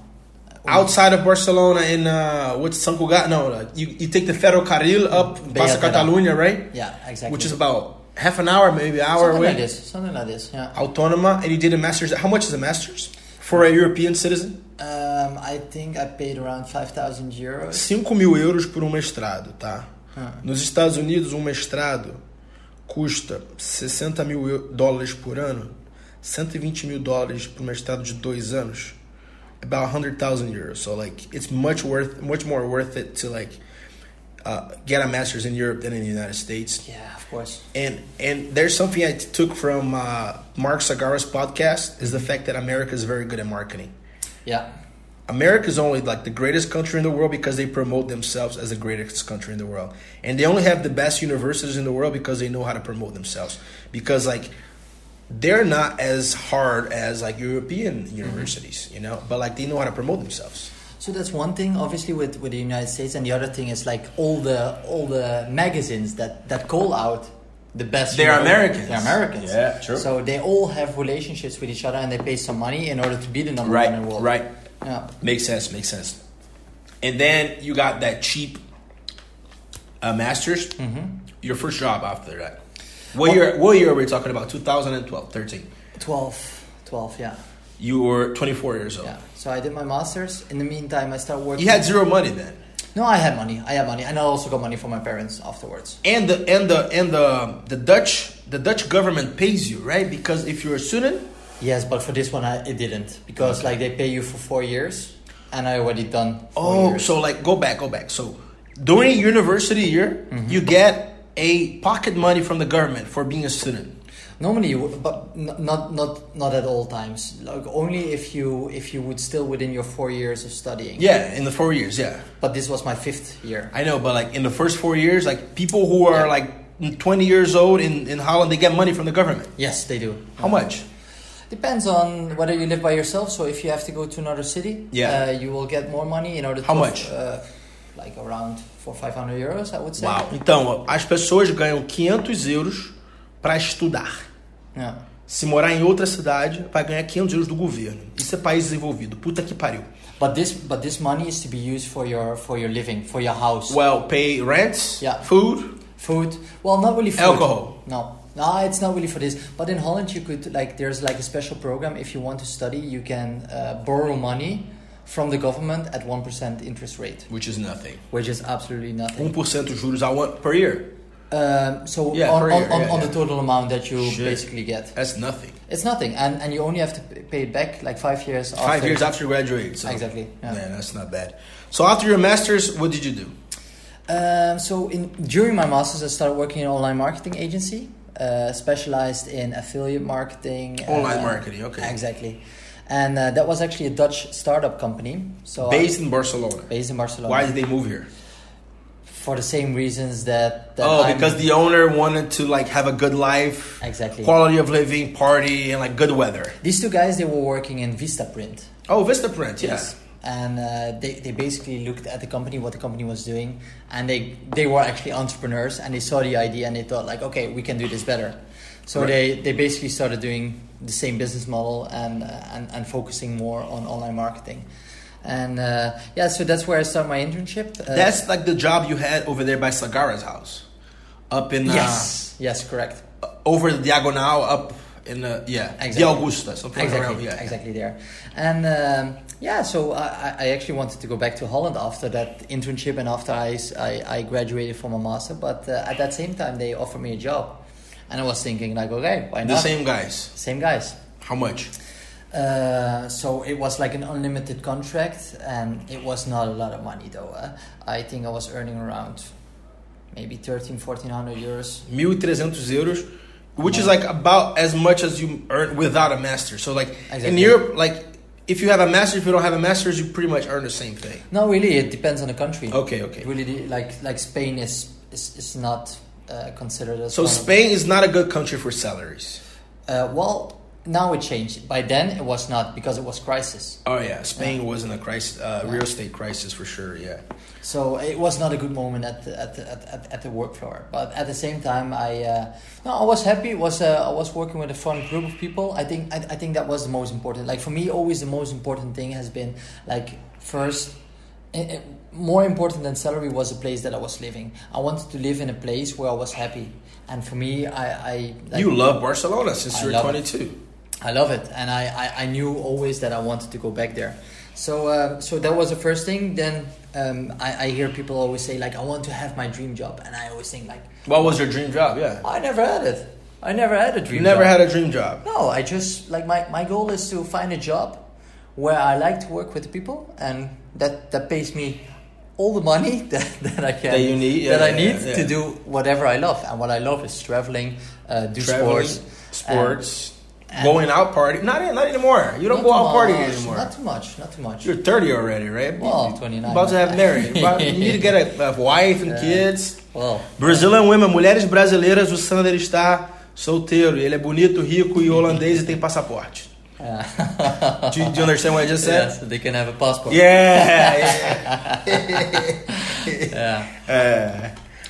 S1: outside of Barcelona in uh, what's San Cugat? No, uh, you, you take the ferrocarril up past
S2: Bellaterra.
S1: Catalunya, right?
S2: Yeah, exactly.
S1: Which is about half an hour, maybe an hour
S2: something
S1: away. Oh.
S2: like this, something like this. Yeah.
S1: Autónoma, and you did a master's. How much is a master's for a European citizen?
S2: Um, I think I paid around five thousand euros.
S1: 5 mil euros por um mestrado, tá? Nos Estados Unidos, um mestrado custa 60 mil eu- dólares por ano, 120 mil dólares por mestrado de dois anos, about 100,000 euros. So, like, it's much worth, much more worth it to, like, uh, get a master's in Europe than in the United States.
S2: Yeah, of course.
S1: And and there's something I took from uh, Mark Sagara's podcast is the fact that America is very good at marketing.
S2: Yeah,
S1: America is only like the greatest country in the world because they promote themselves as the greatest country in the world, and they only have the best universities in the world because they know how to promote themselves. Because like they're not as hard as like European universities, you know, but like they know how to promote themselves.
S2: So that's one thing, obviously, with, with the United States, and the other thing is like all the all the magazines that that call out the best.
S1: They're
S2: you know,
S1: Americans.
S2: They're Americans.
S1: Yeah, true.
S2: So they all have relationships with each other, and they pay some money in order to be the number one in the world. Yeah.
S1: Makes sense. Makes sense. And then you got that cheap uh, masters.
S2: Mm-hmm.
S1: Your first job after that. What year? What year are we talking about? 2012, 13.
S2: 12, 12, yeah,
S1: You were 24 years old.
S2: yeah. So I did my masters. In the meantime, I started working.
S1: You had zero money then,
S2: no, I had money. I had money, and I also got money from my parents afterwards.
S1: and the and the and the the Dutch the Dutch government pays you right because if you're a student,
S2: Yes, but for this one, I, it didn't because like they pay you for four years, and I already done. four
S1: Oh,
S2: years.
S1: so like go back, go back. So during university year,
S2: Mm-hmm.
S1: you get a pocket money from the government for being a student.
S2: Normally, you would, but n- not not not at all times. Like only if you if you would still within your four years of studying.
S1: Yeah, in the four years, yeah.
S2: But this was my fifth year.
S1: I know, but like in the first four years, like people who are like 20 years old in, in Holland, they get money from the government.
S2: Yes, they do.
S1: How much?
S2: Depends on whether you live by yourself. So if you have to go to another city,
S1: Yeah.
S2: uh, you will get more money in order.
S1: How
S2: to,
S1: much?
S2: Uh, like around four five hundred euros, I would say.
S1: Então, as pessoas ganham 500 euros para estudar.
S2: Yeah.
S1: Se morar em outra cidade, vai ganhar 500 euros do governo. Isso é país desenvolvido. Puta que pariu.
S2: But this but this money is to be used for your for your living for your house.
S1: Well, pay rent,
S2: Yeah.
S1: food.
S2: Food. Well, not really food.
S1: Alcohol.
S2: No. No, it's not really for this. But in Holland, you could, like, there's like a special program. If you want to study, you can uh, borrow money from the government at 1% interest rate,
S1: Which is nothing.
S2: which is absolutely nothing.
S1: 1% juros a one per year.
S2: Um, so
S1: Yeah,
S2: on,
S1: per
S2: on,
S1: year,
S2: on,
S1: yeah,
S2: on
S1: yeah.
S2: the total amount that you
S1: Shit.
S2: basically get,
S1: That's nothing.
S2: it's nothing. And, and you only have to p- pay it back like five years after.
S1: Five years after you graduate. So.
S2: Exactly, yeah.
S1: Man, that's not bad. So after your master's, what did you do?
S2: Um, so in, during my master's, I started working in an online marketing agency, uh, specialized in affiliate marketing.
S1: Online
S2: uh,
S1: marketing, okay.
S2: Exactly. And uh, that was actually a Dutch startup company. So I-
S1: Based in Barcelona.
S2: based in Barcelona.
S1: Why did they move here?
S2: For the same reasons that. that
S1: Oh,
S2: I'm-
S1: because the owner wanted to like have a good life,
S2: Exactly.
S1: quality of living, party, and like good weather.
S2: These two guys, they were working in Vistaprint.
S1: Oh, Vistaprint, yes.
S2: Yes. And uh, they, they basically looked at the company, what the company was doing, and they, they were actually entrepreneurs and they saw the idea and they thought, like, okay, we can do this better. So
S1: Right.
S2: they, they basically started doing the same business model and, uh, and, and focusing more on online marketing. And uh, yeah, so that's where I started my internship. Uh,
S1: That's like the job you had over there by Sagara's house, up in uh,
S2: yes, yes, correct.
S1: over the diagonal, up in the yeah,
S2: Exactly.
S1: the Augusta, something
S2: exactly,
S1: around yeah, yeah.
S2: exactly there. And um, yeah, so I, I- I actually wanted to go back to Holland after that internship and after I, s- I- I graduated from a master. But uh, at that same time, they offered me a job, and I was thinking like, okay, why
S1: The
S2: not?
S1: same guys.
S2: Same guys.
S1: How much?
S2: Uh, so it was like an unlimited contract, and it was not a lot of money though. Uh, I think I was earning around maybe 13, 1400 euros.
S1: Mil trezentos euros, which is like about as much as you earn without a master. So like in
S2: Exactly.
S1: Europe, like if you have a master, if you don't have a master's, you pretty much earn the same thing.
S2: No, really, it depends on the country.
S1: Okay, okay.
S2: Really, the- like like Spain is is, is not uh, considered as
S1: So
S2: one of-
S1: Spain is not a good country for salaries.
S2: Uh, well, now it changed. By then, it was not because it was crisis.
S1: Oh yeah, Spain was in a crisis, uh, real estate crisis for sure. Yeah.
S2: So it was not a good moment at the, at the, at, at, at the work floor. But at the same time, I uh, no, I was happy. It was uh, I was working with a fun group of people. I think I, I think that was the most important. Like for me, always the most important thing has been like first. i- i- more important than salary was the place that I was living. I wanted to live in a place where I was happy, and for me, I, I like,
S1: you love Barcelona since
S2: I
S1: you were
S2: love
S1: 22.
S2: I love it, and I, I, I knew always that I wanted to go back there. So uh, so that was the first thing. Then um, I, I hear people always say like I want to have my dream job, and I always think like
S1: What was your dream job? Yeah.
S2: I never had it. I never had a dream.
S1: You never
S2: job.
S1: had a dream job.
S2: No, I just like my, my goal is to find a job where I like to work with people and that, that pays me all the money that, that I can
S1: That you need, yeah,
S2: that I
S1: yeah,
S2: need
S1: yeah,
S2: to
S1: yeah.
S2: do whatever I love. And what I love is traveling, uh, do
S1: Traveling,
S2: sports. Uh,
S1: sports,
S2: and-
S1: going out party. Not not anymore. You don't go
S2: Not too
S1: out partying
S2: much,
S1: anymore.
S2: Not too much, not too much.
S1: You're 30 already, right?
S2: Well,
S1: You-
S2: 29,
S1: About to have
S2: yeah.
S1: married. About- you need to get a, a wife and kids.
S2: Well,
S1: Brazilian women, mulheres brasileiras, o Sander está solteiro. E ele é bonito, rico e holandês e tem passaporte.
S2: É. yeah.
S1: Do you, do you understand what I just
S2: yeah,
S1: said?
S2: so they can have a passport.
S1: Yeah. yeah.
S2: Yeah.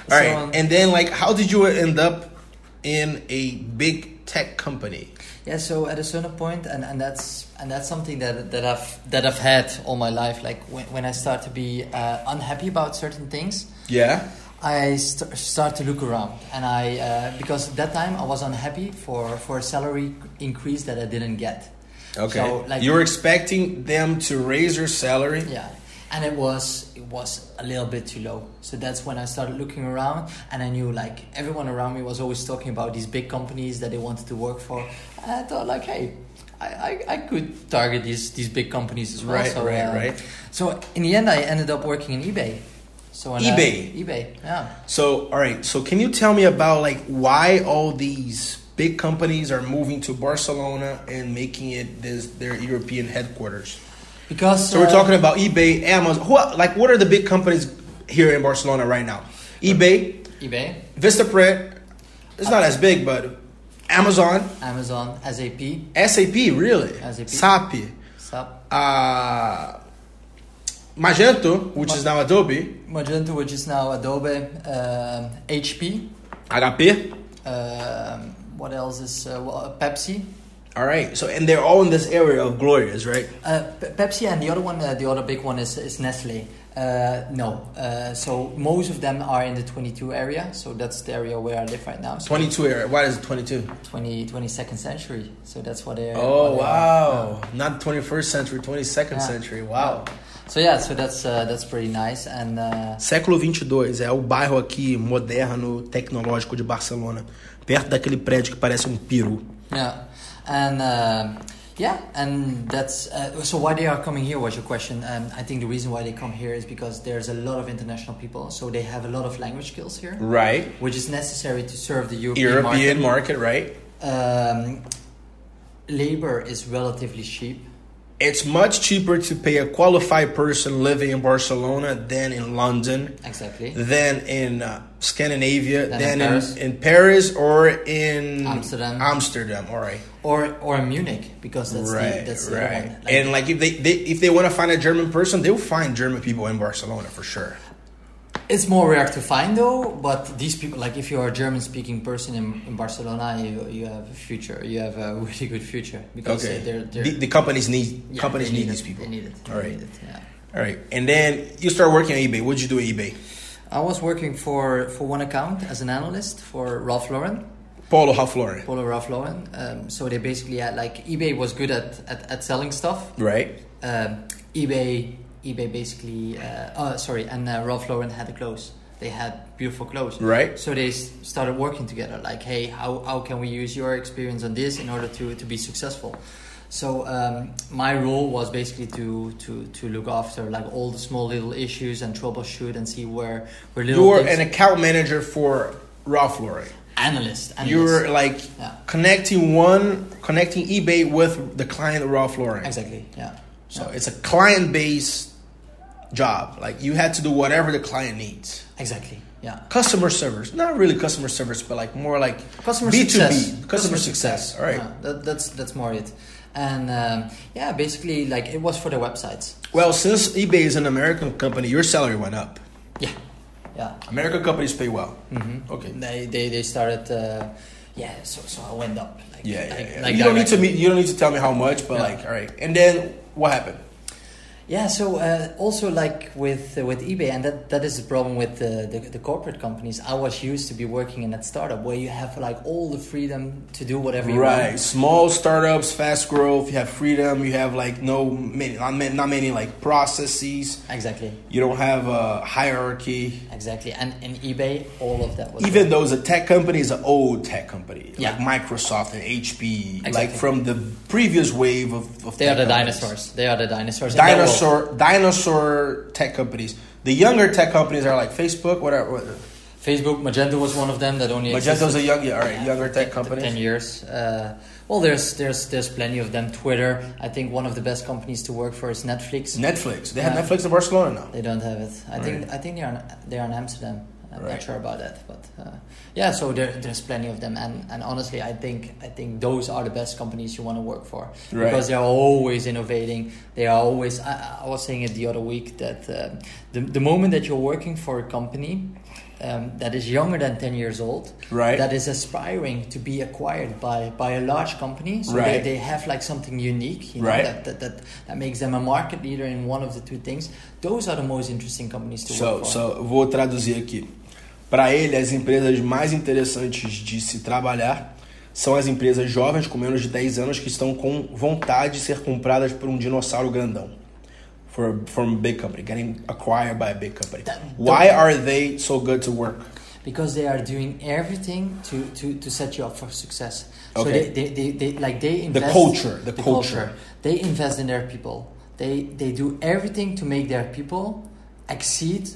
S1: Uh, all right.
S2: So, um,
S1: and then, like, how did you end up in a big tech company?
S2: Yeah, so at a certain point, and, and that's and that's something that that I've that I've had all my life. Like when, when I start to be uh, unhappy about certain things,
S1: Yeah.
S2: I st- start to look around, and I uh, because at that time I was unhappy for for a salary increase that I didn't get.
S1: Okay.
S2: So, like-
S1: you were expecting them to raise your salary.
S2: Yeah, and it was it was a little bit too low. So that's when I started looking around, and I knew like everyone around me was always talking about these big companies that they wanted to work for. And I thought like, hey, I, I, I could target these these big companies as well.
S1: Right,
S2: so,
S1: right,
S2: uh,
S1: right.
S2: So in the end, I ended up working in eBay. So and I-
S1: eBay?
S2: eBay, yeah.
S1: So, all right. So, can you tell me about like why all these big companies are moving to Barcelona and making it this their European headquarters?
S2: Because
S1: So we're
S2: uh,
S1: talking about eBay, Amazon. Who like what are the big companies here in Barcelona right now? eBay,
S2: eBay,
S1: Vistaprint. It's not as big, but Amazon,
S2: Amazon, SAP,
S1: SAP, really,
S2: SAP.
S1: SAP,
S2: SAP,
S1: uh, Magento, which is now Adobe,
S2: Magento, which is now Adobe, um, HP.
S1: HP.
S2: Um, what else is uh, well, Pepsi?
S1: All right. So and they're all in this area of Glorious, right?
S2: Uh, Pe- Pepsi and the other one, uh, the other big one is, is Nestle. Uh, no, uh, so most of them are in the 22 area, so that's the area where I live right now. So
S1: 22 area. Why is it 22?
S2: 20, 22nd century, so that's what they
S1: Oh
S2: what they are.
S1: wow! Not 21st century, 22nd
S2: Yeah.
S1: century. Wow.
S2: So yeah, so that's uh, that's pretty nice. And uh,
S1: Século 22 é o bairro aqui moderno, tecnológico de Barcelona, perto daquele prédio que parece um peru.
S2: yeah, and uh, yeah, and that's uh, so why they are coming here was your question. Um, I think the reason why they come here is because there's a lot of international people, so they have a lot of language skills here.
S1: Right.
S2: which is necessary to serve the European,
S1: European
S2: market.
S1: market, right?
S2: Um, labor is relatively cheap.
S1: It's much cheaper to pay a qualified person living in Barcelona than in London,
S2: Exactly.
S1: than in uh, Scandinavia,
S2: Than
S1: than,
S2: in
S1: in,
S2: Paris.
S1: in, Paris or in
S2: Amsterdam.
S1: Amsterdam, all right.
S2: Or or in Munich because that's
S1: right,
S2: the that's the other
S1: right.
S2: one. Like,
S1: and like if they, they if they want to find a German person, they'll find German people in Barcelona for sure.
S2: it's more rare to find though. But these people, like if you're a German speaking person in, in Barcelona, you you have a future. You have a really good future because
S1: Okay.
S2: they're, they're
S1: the, the companies need
S2: yeah,
S1: companies
S2: they
S1: need,
S2: it.
S1: these people.
S2: They need it.
S1: All
S2: They
S1: right.
S2: need it, Yeah.
S1: All right. And then you start working on eBay. What'd you do at eBay?
S2: I was working for for one account as an analyst for Ralph Lauren.
S1: Paulo Ralph Lauren.
S2: Polo Ralph Lauren. Um, so they basically had like eBay was good at, at, at selling stuff.
S1: Right.
S2: Um, eBay eBay basically uh, oh sorry and uh, Ralph Lauren had the clothes. They had beautiful clothes.
S1: Right.
S2: So they s- started working together. Like hey, how, how can we use your experience on this in order to, to be successful? So um, my role was basically to, to, to look after like all the small little issues and troubleshoot and see where where little
S1: You were
S2: things-
S1: an account manager for Ralph Lauren.
S2: analyst. analyst.
S1: You were like
S2: yeah
S1: connecting one, connecting eBay with the client Ralph Lauren.
S2: exactly yeah.
S1: So it's a client based job. Like you had to do whatever the client needs.
S2: Exactly. Yeah.
S1: Customer service, not really customer service, but like more like
S2: Customer
S1: B2B,
S2: success.
S1: customer, success. All right.
S2: Yeah, that, that's that's more it. And um, yeah, basically, like it was for the websites.
S1: Well, since eBay is an American company, your salary went up.
S2: Yeah, yeah.
S1: American companies pay well. Mm-hmm. Okay.
S2: They they, they started. Uh, yeah, so so I went up. Like,
S1: Yeah, yeah,
S2: like,
S1: yeah.
S2: like
S1: you don't need to
S2: directly.
S1: meet, you don't need to tell me how much, but
S2: Yeah.
S1: like, all right. And then what happened?
S2: Yeah, so uh, also like with uh, with eBay, and that, that is the problem with the, the the corporate companies. I was used to be working in that startup where you have like all the freedom to do whatever you
S1: Right.
S2: want.
S1: Small startups, fast growth. You have freedom. You have like no many, not many, not many like processes.
S2: Exactly,
S1: You don't have a hierarchy.
S2: exactly. And in eBay, all of that was
S1: Even though it's a tech company, it's an old tech company,
S2: Yeah.
S1: like Microsoft and HP, like
S2: Exactly.
S1: from the previous wave of. of
S2: They
S1: tech
S2: are the
S1: companies.
S2: dinosaurs. They are the dinosaurs. in their world.
S1: Dinosaur, dinosaur tech companies. The younger tech companies are like Facebook, whatever. whatever.
S2: Facebook Magento was one of them that only
S1: Magento's a young, yeah, all right,
S2: Yeah.
S1: younger tech
S2: existed for ten
S1: companies.
S2: years. Uh, well, there's there's there's plenty of them. Twitter, I think one of the best companies to work for is Netflix.
S1: Netflix. They have
S2: Yeah.
S1: Netflix in Barcelona now.
S2: They don't have it. I think I think they are in- they are in Amsterdam. I'm
S1: Right.
S2: not sure about that, but uh, yeah. So there, there's plenty of them, and, and honestly, I think I think those are the best companies you want to work for
S1: Right.
S2: because they are always innovating. They are always. I, I was saying it the other week that um the the moment that you're working for a company um, that is younger than ten years old,
S1: Right.
S2: that is aspiring to be acquired by by a large company, so
S1: Right.
S2: they, they have like something unique, you know,
S1: Right.
S2: that that, that, that makes them a market leader in one of the two things, those are the most interesting companies to
S1: So,
S2: work for.
S1: so, eu vou traduzir aqui. Para ele, as empresas mais interessantes de se trabalhar são as empresas jovens com menos de 10 anos que estão com vontade de ser compradas por um dinossauro grandão. For, from a big company, getting acquired by a big company. Why are they so good to work?
S2: because they are doing everything to, to, to set you up for success.
S1: Okay.
S2: So they, they, they, they like they invest
S1: culture, the culture.
S2: They invest in their people. They they do everything to make their people exceed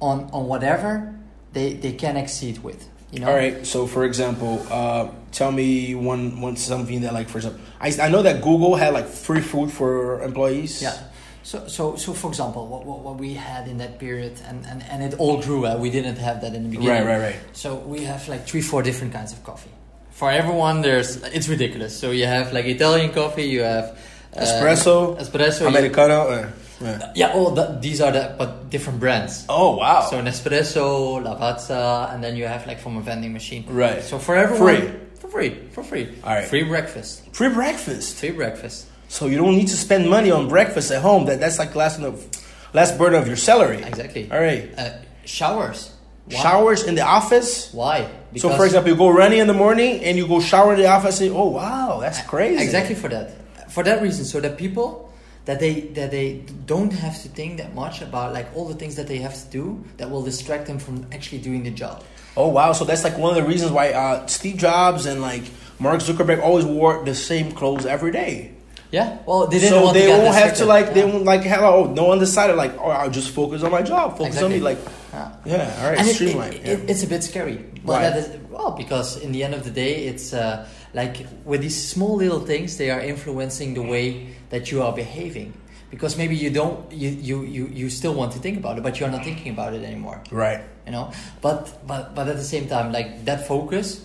S2: on on whatever they, they can exceed with. You know?
S1: All right. So, for example, uh, tell me one, one something that, like, for example, I, I know that Google had like free food for employees.
S2: Yeah. So, so, so for example, what, what, what we had in that period, and, and, and it all grew. Uh, we didn't have that in the beginning.
S1: Right, right, right.
S2: So we have like three, four different kinds of coffee. For everyone, there's it's ridiculous. So you have like Italian coffee, you have uh,
S1: Espresso,
S2: espresso, you-
S1: Americano. eh, eh.
S2: yeah, all the, these are the but different brands.
S1: Oh wow!
S2: So Nespresso, Lavazza, and then you have like from a vending machine.
S1: Right.
S2: So for everyone,
S1: Free.
S2: for free, for free,
S1: All right.
S2: free breakfast,
S1: free breakfast.
S2: free breakfast.
S1: So you don't need to spend money on breakfast at home. That that's like last of, last burden of your salary.
S2: Exactly.
S1: All right.
S2: Uh, showers. Why?
S1: Showers in the office.
S2: Why?
S1: so for example, you go running in the morning and you go shower in the office. And, oh wow, that's crazy.
S2: exactly for that, for that reason, so that people that they that they don't have to think that much about like all the things that they have to do that will distract them from actually doing the job.
S1: Oh wow. So that's like one of the reasons why uh, Steve Jobs and like Mark Zuckerberg always wore the same clothes every day.
S2: Yeah. Well, they didn't
S1: So
S2: want
S1: they
S2: to get
S1: won't have to
S2: distracted.
S1: like they
S2: Yeah.
S1: won't like hello. Oh, no one decided like oh I'll just focus on my job. Focus on
S2: Exactly.
S1: me like
S2: Yeah.
S1: yeah. All right.
S2: And it-
S1: streamline.
S2: it-
S1: yeah.
S2: it- it's a bit scary. Well,
S1: Why?
S2: that is, well, because in the end of the day, it's uh, like with these small little things, they are influencing the way that you are behaving. Because maybe you don't, you, you, you, you still want to think about it, but you're not thinking about it anymore.
S1: right.
S2: You know, but but but at the same time, like that focus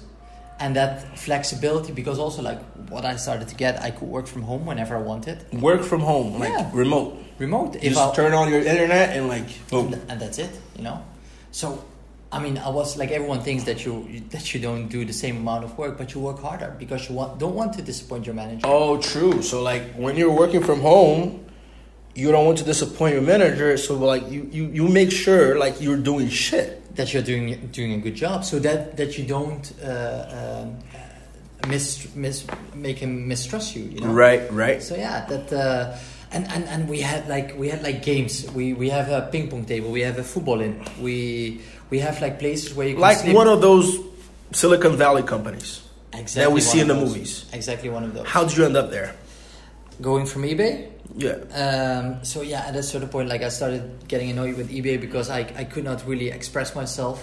S2: and that flexibility, because also like what I started to get, I could work from home whenever I wanted,
S1: Work from home, like
S2: Yeah.
S1: remote.
S2: remote.
S1: You
S2: if
S1: just
S2: I,
S1: turn on your internet and like boom.
S2: and that's it you know so i mean i was like everyone thinks that you that you don't do the same amount of work but you work harder because you want, don't want to disappoint your manager
S1: Oh, true. So like when you're working from home, you don't want to disappoint your manager. So like you you, you make sure like you're doing shit.
S2: that you're doing doing a good job so that that you don't uh, um, uh, mis, mis, make him mistrust you you know
S1: Right, right.
S2: so yeah that uh, and, and, and we had like we had like games. We we have a ping pong table. We have a football in. We we have like places where you can
S1: Like
S2: sleep.
S1: one of those Silicon Valley companies.
S2: exactly
S1: that we
S2: one
S1: see
S2: of
S1: in the
S2: those.
S1: movies.
S2: Exactly one of those.
S1: How did you end up there?
S2: Going from eBay
S1: Yeah.
S2: Um, so yeah, at a certain point, like I started getting annoyed with eBay because I, I could not really express myself.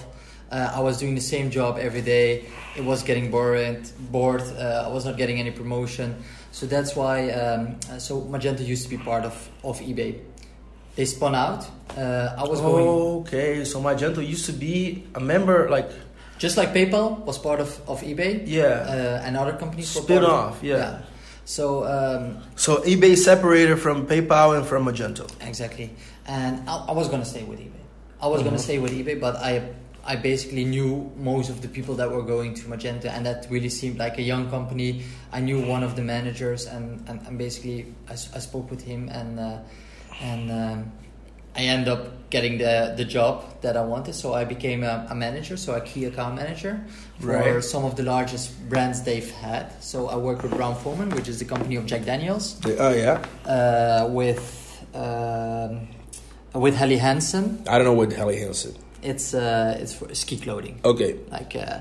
S2: Uh, I was doing the same job every day. It was getting bored. Bored. Uh, I was not getting any promotion. So that's why. Um, uh, so Magento used to be part of of eBay. They spun out. Uh, I
S3: Oh.
S2: was going
S3: Okay, so Magento used to be a member, like
S2: just like PayPal was part of, of eBay.
S3: Yeah.
S2: Uh, and other companies were
S3: Spin
S2: part of-
S3: off, yeah.
S2: So um,
S3: so eBay separated from PayPal and from Magento.
S2: exactly, and I, I was gonna stay with eBay. I was gonna stay with eBay, but I I basically knew most of the people that were going to Magento, and that really seemed like a young company. I knew one of the managers, and and, and basically I, s- I spoke with him, and uh, and um, I ended up getting the the job that I wanted. So I became a, a manager, so a key account manager for
S3: Right.
S2: some of the largest brands they've had. So I worked with Brown Forman, which is the company of Jack Daniels
S1: Oh yeah,
S2: uh, with um, with Helly Hansen.
S1: I don't know what Helly Hansen.
S2: It's uh, it's for ski clothing.
S1: Okay,
S2: Like uh,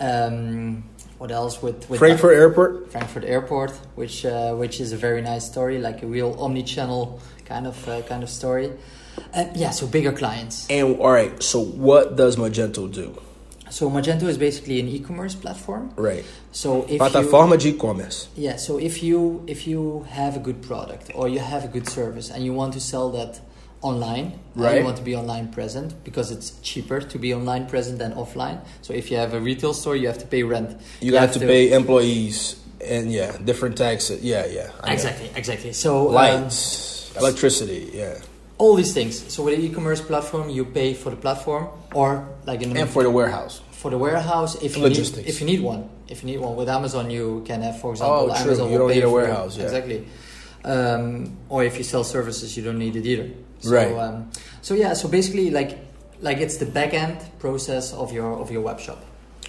S2: um, what else with, with
S1: Frankfurt Airport.
S2: Frankfurt Airport, which uh, which is a very nice story, like a real omni-channel kind of uh, kind of story. Uh, yeah, so bigger clients.
S1: And all right, so what does Magento do?
S2: So Magento is basically an e-commerce platform.
S1: Right,
S2: So if you,
S1: plataforma de e-commerce.
S2: Yeah, so if you if you have a good product or you have a good service and you want to sell that online, and
S1: Right.
S2: you want to be online present because it's cheaper to be online present than offline. So if you have a retail store, you have to pay rent.
S1: You have to pay employees and yeah, different taxes. Yeah, yeah. I know.
S2: Exactly, exactly. So um,
S1: Lights, electricity. Yeah,
S2: all these things. So with an e-commerce platform, you pay for the platform or like in
S1: and for the warehouse.
S2: for the warehouse if you
S1: Logistics.
S2: need if you need one if you need one with Amazon you can have for
S1: Oh,
S2: example
S1: true.
S2: Amazon
S1: You
S2: will
S1: don't
S2: pay
S1: need a
S2: for it.
S1: warehouse, yeah.
S2: exactly um, or if you sell services you don't need it either so,
S1: Right.
S2: um, so yeah so basically like like it's the back end process of your of your web shop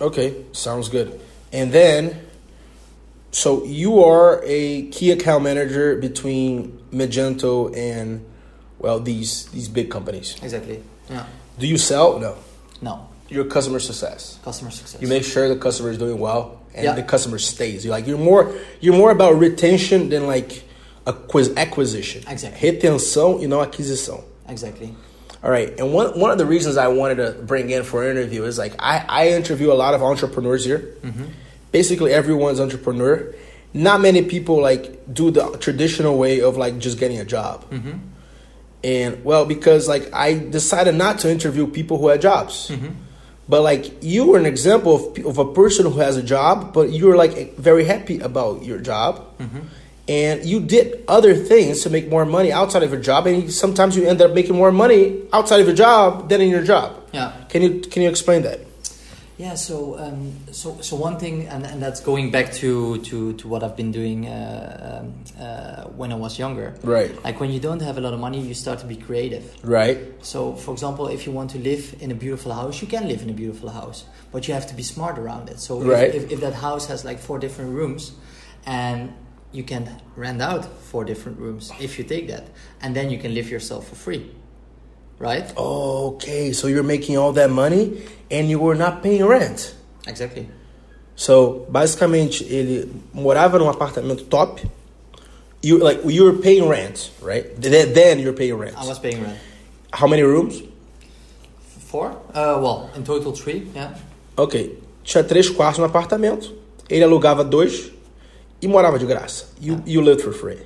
S1: Okay, sounds good. And then, so you are a key account manager between Magento and well these these big companies.
S2: exactly yeah
S1: Do you sell? No,
S2: no
S1: you're customer success.
S2: customer success
S1: You make sure the customer is doing well and
S2: Yeah.
S1: the customer stays. You are like you're more you're more about retention than like acquis- acquisition.
S2: Exactly.
S1: Retenção e não aquisição.
S2: exactly
S1: All right, and one one of the reasons I wanted to bring in for an interview is like I, I interview a lot of entrepreneurs here.
S2: Mm-hmm.
S1: Basically, everyone's entrepreneur. Not many people like do the traditional way of like just getting a job.
S2: Mm-hmm.
S1: And well, because like I decided not to interview people who had jobs, but like you were an example of pe- of a person who has a job, but you were like very happy about your job. And you did other things to make more money outside of your job, and you, sometimes you end up making more money outside of your job than in your job.
S2: yeah
S1: Can you can you explain that?
S2: Yeah, so um, so so one thing, and, and that's going back to, to, to what I've been doing uh, um, uh, when I was younger.
S1: Right.
S2: Like when you don't have a lot of money, you start to be creative.
S1: Right.
S2: So, for example, if you want to live in a beautiful house, you can live in a beautiful house, but you have to be smart around it. So, if-
S1: Right.
S2: if, if, that house has like four different rooms, and you can rent out four different rooms if you take that, and then you can live yourself for free, right?
S1: Okay, so you're making all that money and you were not paying rent.
S2: Exactly.
S1: So, basicamente, ele morava num apartamento top. You like you were paying rent, right? Then, then you're paying rent.
S2: I was paying rent.
S1: How many rooms?
S2: Four? Uh, well, in total three, yeah.
S1: Ok. Tinha três quartos no apartamento. Ele alugava dois e morava de graça. You, you lived for free.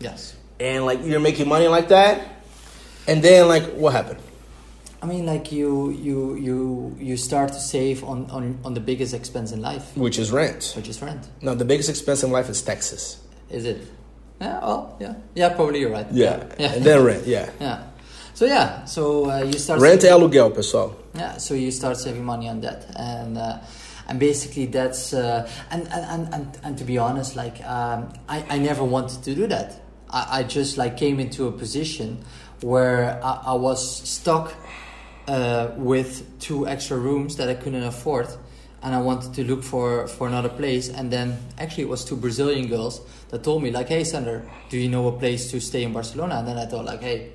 S2: Yes.
S1: And like you're making money like that. And then like what happened?
S2: I mean, like you, you, you, you start to save on, on, on the biggest expense in life,
S1: Which is rent.
S2: which is rent.
S1: Now the biggest expense in life is taxes.
S2: Is it? Yeah. Well, yeah. Yeah. Probably you're right. Yeah.
S1: And then rent, yeah.
S2: yeah. So yeah. So uh, you start.
S1: Rent é aluguel, pessoal.
S2: Yeah. So you start saving money on that, and uh, and basically that's uh, and, and, and and and to be honest, like um, I I never wanted to do that. I, I just like came into a position where I, I was stuck uh, with two extra rooms that I couldn't afford, and I wanted to look for, for another place. And then actually, it was two Brazilian girls that told me like, "Hey, Sander, do you know a place to stay in Barcelona?" And then I thought like, "Hey,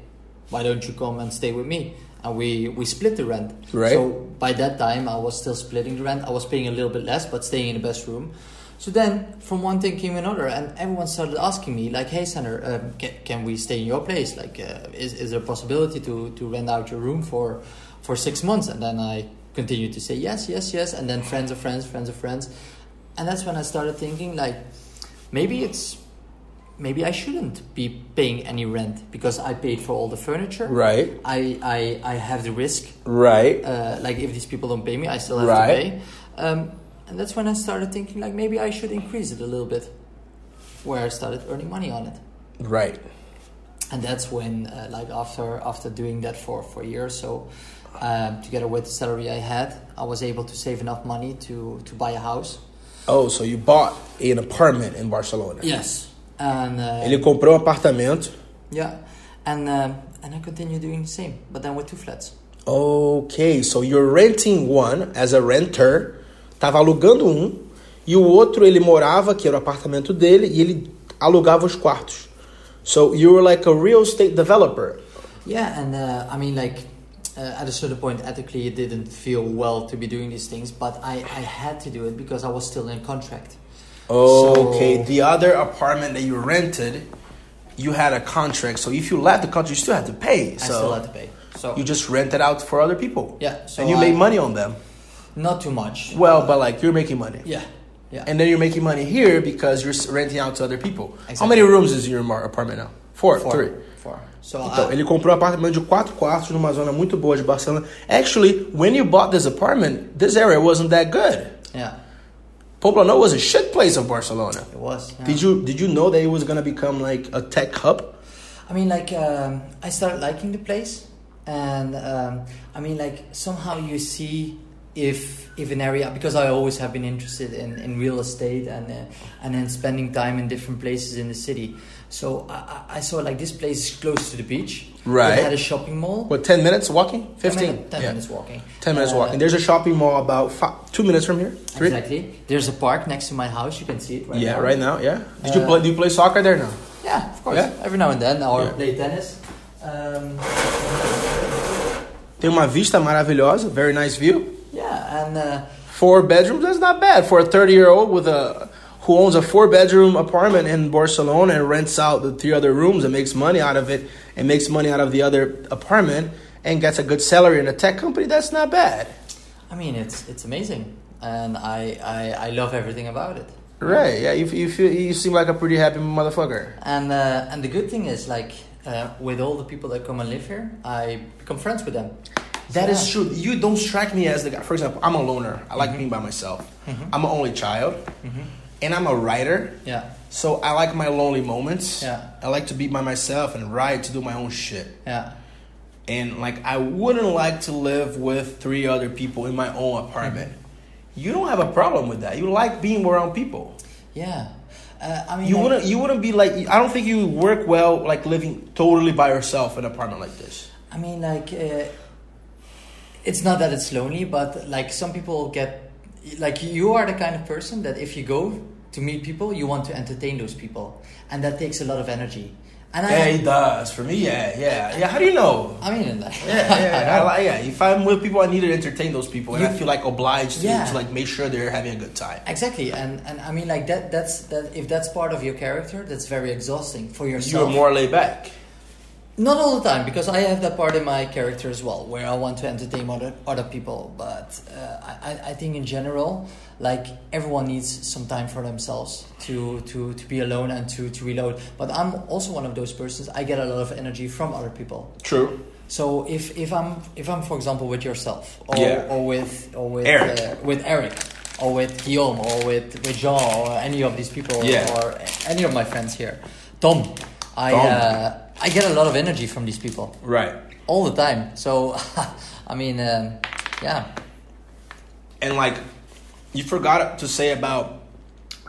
S2: why don't you come and stay with me?" And we we split the rent.
S1: Right.
S2: So by that time, I was still splitting the rent. I was paying a little bit less, but staying in the best room. So then, from one thing came another, and everyone started asking me, like, "Hey, Sander, um, can, can we stay in your place? Like, uh, is, is there a possibility to, to rent out your room for for six months?" And then I continued to say yes, yes, yes, and then friends of friends, friends of friends, and that's when I started thinking, like, maybe it's maybe I shouldn't be paying any rent because I paid for all the furniture.
S4: Right.
S2: I I, I have the risk.
S4: Right.
S2: Uh, like if these people don't pay me, I still have
S4: Right.
S2: to pay. Um, and that's when I started thinking like maybe I should increase it a little bit, where I started earning money on it.
S4: Right.
S2: And that's when uh, like after after doing that for for a year or so. Um, together with the salary I had, I was able to save enough money to, to buy a house.
S4: Oh, so you bought an apartment in Barcelona.
S2: Yes. And uh,
S4: Ele comprou um apartamento.
S2: Yeah, and um, and I continue doing the same, but then with two flats.
S4: Ok, so you're renting one as a renter. Tava alugando um. E o outro ele morava, que era o apartamento dele, e ele alugava os quartos. So you were like a real estate developer.
S2: Yeah, and uh, I mean, like uh, at a certain point, ethically, it didn't feel well to be doing these things, but I I had to do it because I was still in contract.
S4: Okay,
S2: So-
S1: The other apartment that you rented, you had a contract. So if you left the country, you still had to pay. So
S2: I still had to pay. So
S1: you just rent it out for other people.
S2: yeah, so
S1: and you
S2: I-
S1: made money on them.
S2: Not too much.
S1: Well, but like you're making money.
S2: Yeah, yeah.
S1: And then you're making money here because you're s- renting out to other people. How
S2: Exactly.
S1: many rooms is your mar- apartment now? Four,
S2: four, Uh,
S1: three.
S2: four. So
S4: Então,
S2: I,
S4: ele comprou um apartamento de quatro quartos numa zona muito boa de Barcelona.
S1: Actually, when you bought this apartment, this area wasn't that good.
S2: yeah,
S1: Poblano was a shit place of Barcelona.
S2: it was. yeah.
S4: Did you did you know that it was gonna become like a tech hub?
S2: I mean, like um, I started liking the place, and um, I mean, like somehow you see if if an area because I always have been interested in, in real estate and uh, and then spending time in different places in the city. So I, I- I saw like this place is close to the beach.
S4: Right.
S2: It had a shopping mall.
S4: What, 10 minutes walking? 15?
S2: Ten, minute- ten
S4: yeah.
S2: minutes walking.
S4: 10 minutes
S2: Uh,
S4: walking. There's a shopping mall about five, two minutes from here. Three?
S2: Exactly. There's a park next to my house. You can see it right
S4: Yeah,
S2: now.
S4: right now, yeah. Did you
S2: Uh,
S4: play, do you play soccer there now?
S2: Yeah, of course.
S4: Yeah.
S2: Every now and then, or
S4: Yeah.
S2: play tennis. Um,
S4: Tem uma vista maravilhosa, very nice view.
S2: yeah, and. Uh,
S4: Four bedrooms, that's not bad for a 30 year old with a who owns a four bedroom apartment in Barcelona and rents out the three other rooms and makes money out of it and makes money out of the other apartment and gets a good salary in a tech company. That's not bad.
S2: I mean, it's it's amazing, and I I, I love everything about it.
S4: Right, yeah, you, you, feel, you seem like a pretty happy motherfucker.
S2: And uh, and the good thing is like uh, with all the people that come and live here, I become friends with them.
S1: That is
S2: Yeah.
S1: true. You don't strike me as the guy. For example, I'm a loner. I like being by myself.
S2: Mm-hmm.
S1: I'm an only child, and I'm a writer.
S2: Yeah,
S1: So I like my lonely moments.
S2: Yeah.
S1: I like to be by myself and write to do my own shit.
S2: yeah,
S1: And like I wouldn't like to live with three other people in my own apartment. You don't have a problem with that. You like being around people.
S2: yeah. Uh, I mean,
S1: You
S2: like,
S1: wouldn't you wouldn't be like I don't think you would work well like living totally by yourself in an apartment like this.
S2: I mean, like uh, it's not that it's lonely, but like some people get like you are the kind of person that if you go to meet people, you want to entertain those people, and that takes a lot of energy. And I,
S1: Yeah, it does. For me, yeah, yeah. Yeah, how do you know?
S2: I mean, like,
S1: Yeah, yeah, I like, yeah. If I'm with people, I need to entertain those people, and I
S2: You-
S1: feel like obliged to,
S2: Yeah.
S1: to like make sure they're having a good time.
S2: Exactly, and and I mean like that. That's that. If that's part of your character, that's very exhausting for yourself.
S1: You're more laid back.
S2: not all the time because I have that part in my character as well, where I want to entertain other other people. But uh, I I- I think in general, like everyone needs some time for themselves to to to be alone and to to reload. But I'm also one of those persons. I get a lot of energy from other people.
S1: True.
S2: So if, if I'm if I'm for example with yourself or,
S1: Yeah.
S2: or with or with
S1: Eric.
S2: Uh, with Eric or with Guillaume or with, with Jean or any of these people
S1: Yeah.
S2: or any of my friends here, Tom, I
S1: Tom.
S2: Uh, I get a lot of energy from these people
S1: Right.
S2: all the time. So I mean, um, yeah,
S1: And like, you forgot to say about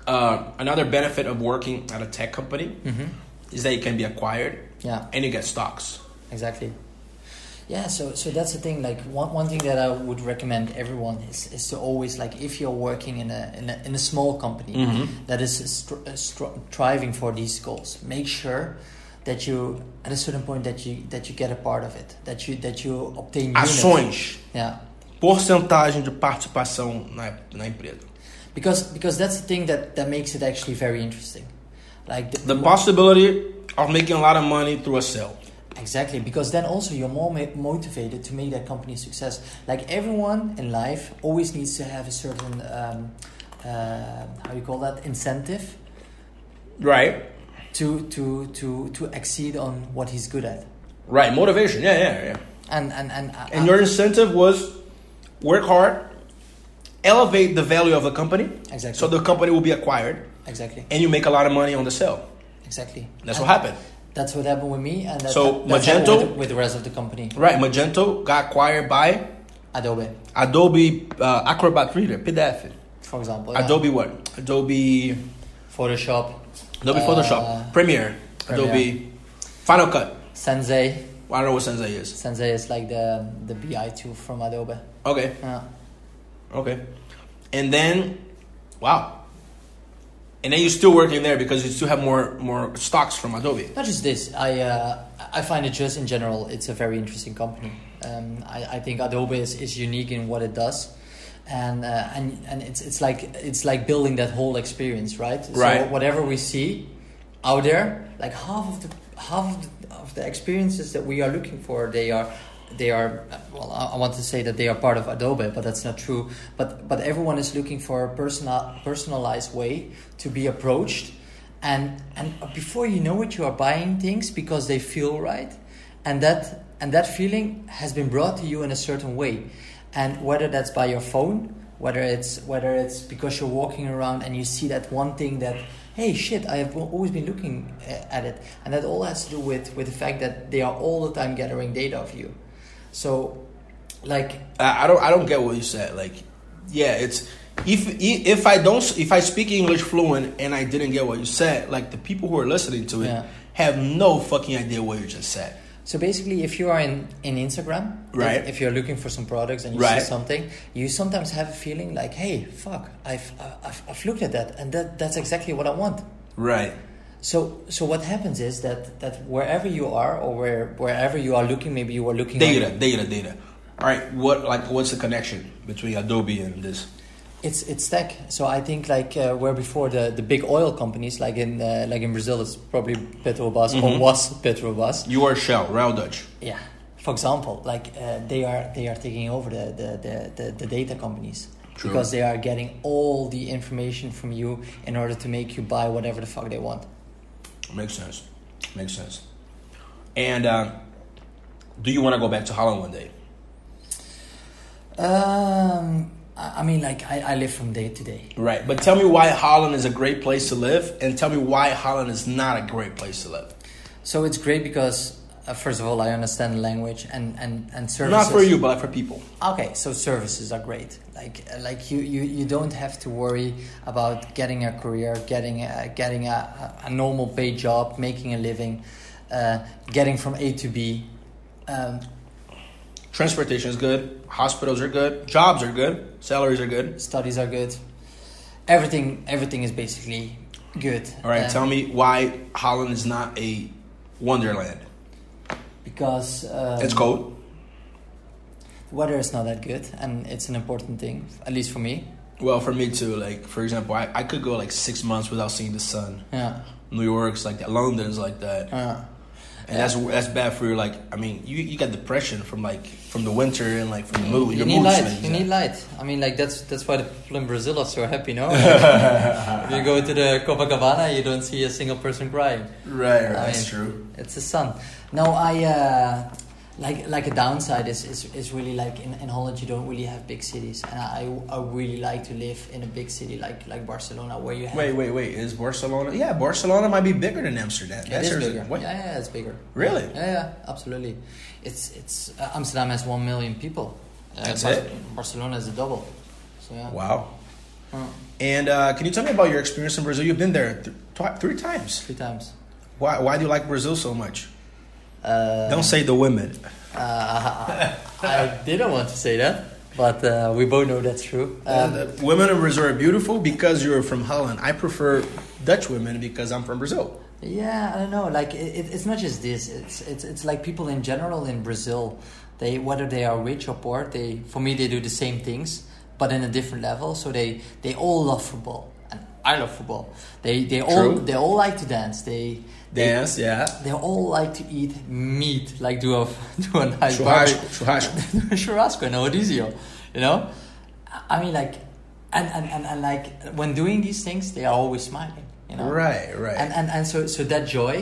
S1: uh, another benefit of working at a tech company is that you can be acquired
S2: yeah.
S1: and you get stocks.
S2: Exactly. Yeah, so so that's the thing. Like one one thing that I would recommend everyone is is to always like if you're working in a in a, in a small company that is str- uh, str- striving for these goals, make sure that you at a certain point that you that you get a part of it, that you that you obtain units.
S1: Ações,
S2: Yeah.
S1: porcentagem de participação na, na empresa.
S2: Because because that's the thing that that makes it actually very interesting. Like the,
S1: The possibility of making a lot of money through a sale.
S2: Exactly, because then also you're more ma- motivated to make that company a success. Like everyone in life always needs to have a certain, um, uh, how you call that, incentive
S1: Right.
S2: to to to to exceed on what he's good at.
S1: Right, motivation. Yeah, yeah, yeah.
S2: And and and uh,
S1: And your incentive was work hard, elevate the value of the company,
S2: uh, Exactly.
S1: so the company will be acquired,
S2: exactly
S1: and you make a lot of money on the sale.
S2: exactly
S1: That's what
S2: And
S1: happened.
S2: That's what happened with me, and that's,
S1: So,
S2: that's happened
S1: Magento-
S2: with, with the rest of the company,
S1: Right, Magento got acquired by
S2: Adobe,
S1: Adobe uh, Acrobat Reader, PDF.
S2: for example. yeah.
S1: Adobe what? Adobe
S2: Photoshop,
S1: Adobe
S2: Uh,
S1: Photoshop, Premiere,
S2: Premiere.
S1: Adobe Final Cut.
S2: Sensei.
S1: I don't know what Sensei is.
S2: Sensei is like the the BI tool from Adobe.
S1: Okay,
S2: Yeah.
S1: okay. And then, wow. And then you still working there because you still have more more stocks from Adobe.
S2: Not just this. I uh, I find it just in general, it's a very interesting company. Um, I, I think Adobe is, is unique in what it does, and uh, and and it's it's like it's like building that whole experience, right? So
S1: Right.
S2: whatever we see out there, like half of the half of the, of the experiences that we are looking for, they are. They are well. I I want to say that they are part of Adobe, but that's not true. But but everyone is looking for a personal, personalized way to be approached, and and before you know it you are buying things because they feel right and that and that feeling has been brought to you in a certain way and whether that's by your phone whether it's whether it's because you're walking around and you see that one thing that hey shit i have always been looking uh, at it and that all has to do with with the fact that they are all the time gathering data of you so like
S1: I I don't I don't get what you said. Like, yeah, it's if if I don't if I speak English fluent and I didn't get what you said, like the people who are listening to it
S2: Yeah.
S1: have no fucking idea what you just said.
S2: So basically, if you are in, in Instagram,
S1: Right.
S2: If, if you're looking for some products and you
S1: Right.
S2: see something, you sometimes have a feeling like, "Hey, fuck! I've I- I've, I've looked at that, and that that's exactly what I want."
S1: Right.
S2: So so what happens is that that wherever you are or where wherever you are looking, maybe you are looking on-
S1: Data, data, data. All right. What like what's the connection between Adobe and this?
S2: It's it's tech. So I think like uh, where before the, the big oil companies, like in uh, like in Brazil, it's probably Petrobras
S1: Mm-hmm.
S2: or was Petrobras.
S1: You are Shell, Real Dutch.
S2: Yeah. For example, like uh, they are they are taking over the the, the, the, the data companies
S1: True.
S2: because they are getting all the information from you in order to make you buy whatever the fuck they want.
S1: Makes sense. Makes sense. And uh, do you want to go back to Holland one day?
S2: Um, I, I mean, like I, I live from day to day.
S1: Right. But tell me why Holland is a great place to live, and tell me why Holland is not a great place to live.
S2: So it's great because uh, first of all, I understand the language and and and services.
S1: Not for you, but for people.
S2: Okay, so services are great. Like uh, like you, you, you don't have to worry about getting a career, getting a, getting a, a a normal paid job, making a living, uh, getting from A to B. Um,
S1: Transportation is good. Hospitals are good. Jobs are good. Salaries are good.
S2: studies are good. Everything everything is basically good.
S1: All right.
S2: Um,
S1: Tell me why Holland is not a wonderland.
S2: because um,
S1: It's cold.
S2: weather is not that good, and it's an important thing, at least for me.
S1: Well, for me too. Like for example, I, I could go like six months without seeing the sun.
S2: Yeah.
S1: New York's like that. London's like that.
S2: Uh,
S1: And that's that's bad for your like. I mean, you you got depression from like from the winter and like from the mood.
S2: you
S1: your
S2: need
S1: mood
S2: light.
S1: swings,
S2: You
S1: yeah.
S2: need light. I mean, like that's that's why the people in Brazil are so happy, no? Like, if you go to the Copacabana, you don't see a single person crying.
S1: Right, right,
S2: I
S1: that's
S2: mean,
S1: true.
S2: It's the sun. No, I uh, like like a downside is, is, is really like in, in Holland you don't really have big cities, and I, I really like to live in a big city like like Barcelona where you have
S1: Wait, wait, wait. Is Barcelona? Yeah, Barcelona might be bigger than Amsterdam.
S2: It
S1: That's
S2: is
S1: your-
S2: bigger.
S1: What?
S2: Yeah, yeah, it's bigger.
S1: Really?
S2: Yeah, yeah, absolutely. It's it's uh, Amsterdam has one million people. Uh,
S1: That's
S2: Bar-
S1: it?
S2: Barcelona is a double. So yeah.
S1: Wow.
S2: Mm.
S1: And uh, can you tell me about your experience in Brazil? You've been there th- twi- three times.
S2: Three times.
S1: Why, why do you like Brazil so much?
S2: Uh,
S1: Don't say the women.
S2: uh, I didn't want to say that, but uh, we both know that's true. Um,
S1: Uh, women in Brazil are beautiful because you're from Holland. I prefer Dutch women because I'm from Brazil.
S2: yeah, I don't know. Like it, it- it's not just this. It's it's it's like people in general in Brazil. They whether they are rich or poor, they for me they do the same things, but in a different level. So they they all love football, and I love football. They they all
S1: True.
S2: they all like to dance. They
S1: Dance, yeah.
S2: They all like to eat meat, like do a do a nice
S1: Churrasco,
S2: barbecue.
S1: churrasco.
S2: churrasco no odizio you know i mean like and, and, and, and like when doing these things they are always smiling you know
S5: Right, right.
S2: and and, and so so that joy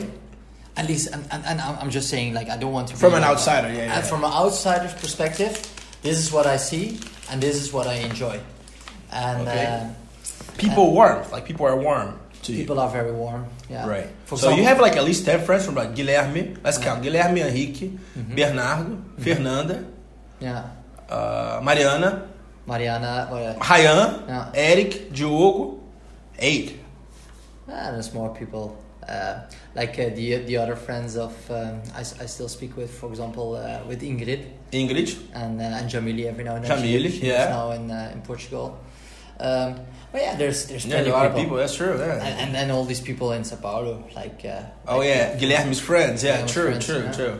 S2: at least and, and, and i'm I'm just saying like i don't want to
S5: From
S2: be,
S5: an
S2: uh,
S5: outsider, yeah, yeah,
S2: uh,
S5: yeah.
S2: from an outsider's perspective this is what i see and this is what i enjoy and
S1: Okay.
S2: uh,
S1: People warm, like people are warm to you.
S2: people are very warm yeah
S1: Right.
S2: for
S1: so
S2: Mm-hmm.
S1: you
S2: example-
S1: have like at least 10 friends from like Guilherme, let's count, Guilherme, Henrique,
S2: Mm-hmm.
S1: Bernardo, Fernanda,
S2: yeah
S1: uh, Mariana,
S2: mariana uh,
S1: Rayan,
S2: Yeah.
S1: Eric, Diogo, eight.
S2: Ah, there's more people. Uh, like uh, the the other friends of um, I, s- I still speak with, for example, uh, with Ingrid
S1: Ingrid,
S2: and uh, and Jamili every now and then.
S1: Jamile,
S2: she, she
S1: yeah.
S2: lives now in uh, in Portugal. Um, but yeah, there's there's
S1: yeah,
S2: plenty
S1: a lot
S2: of people,
S1: That's true. Yeah.
S2: and, and then all these people in Sao Paulo, like uh,
S1: oh yeah, Guilherme's friends. Yeah,
S2: Guilherme's
S1: true,
S2: friends,
S1: true,
S2: yeah.
S1: true.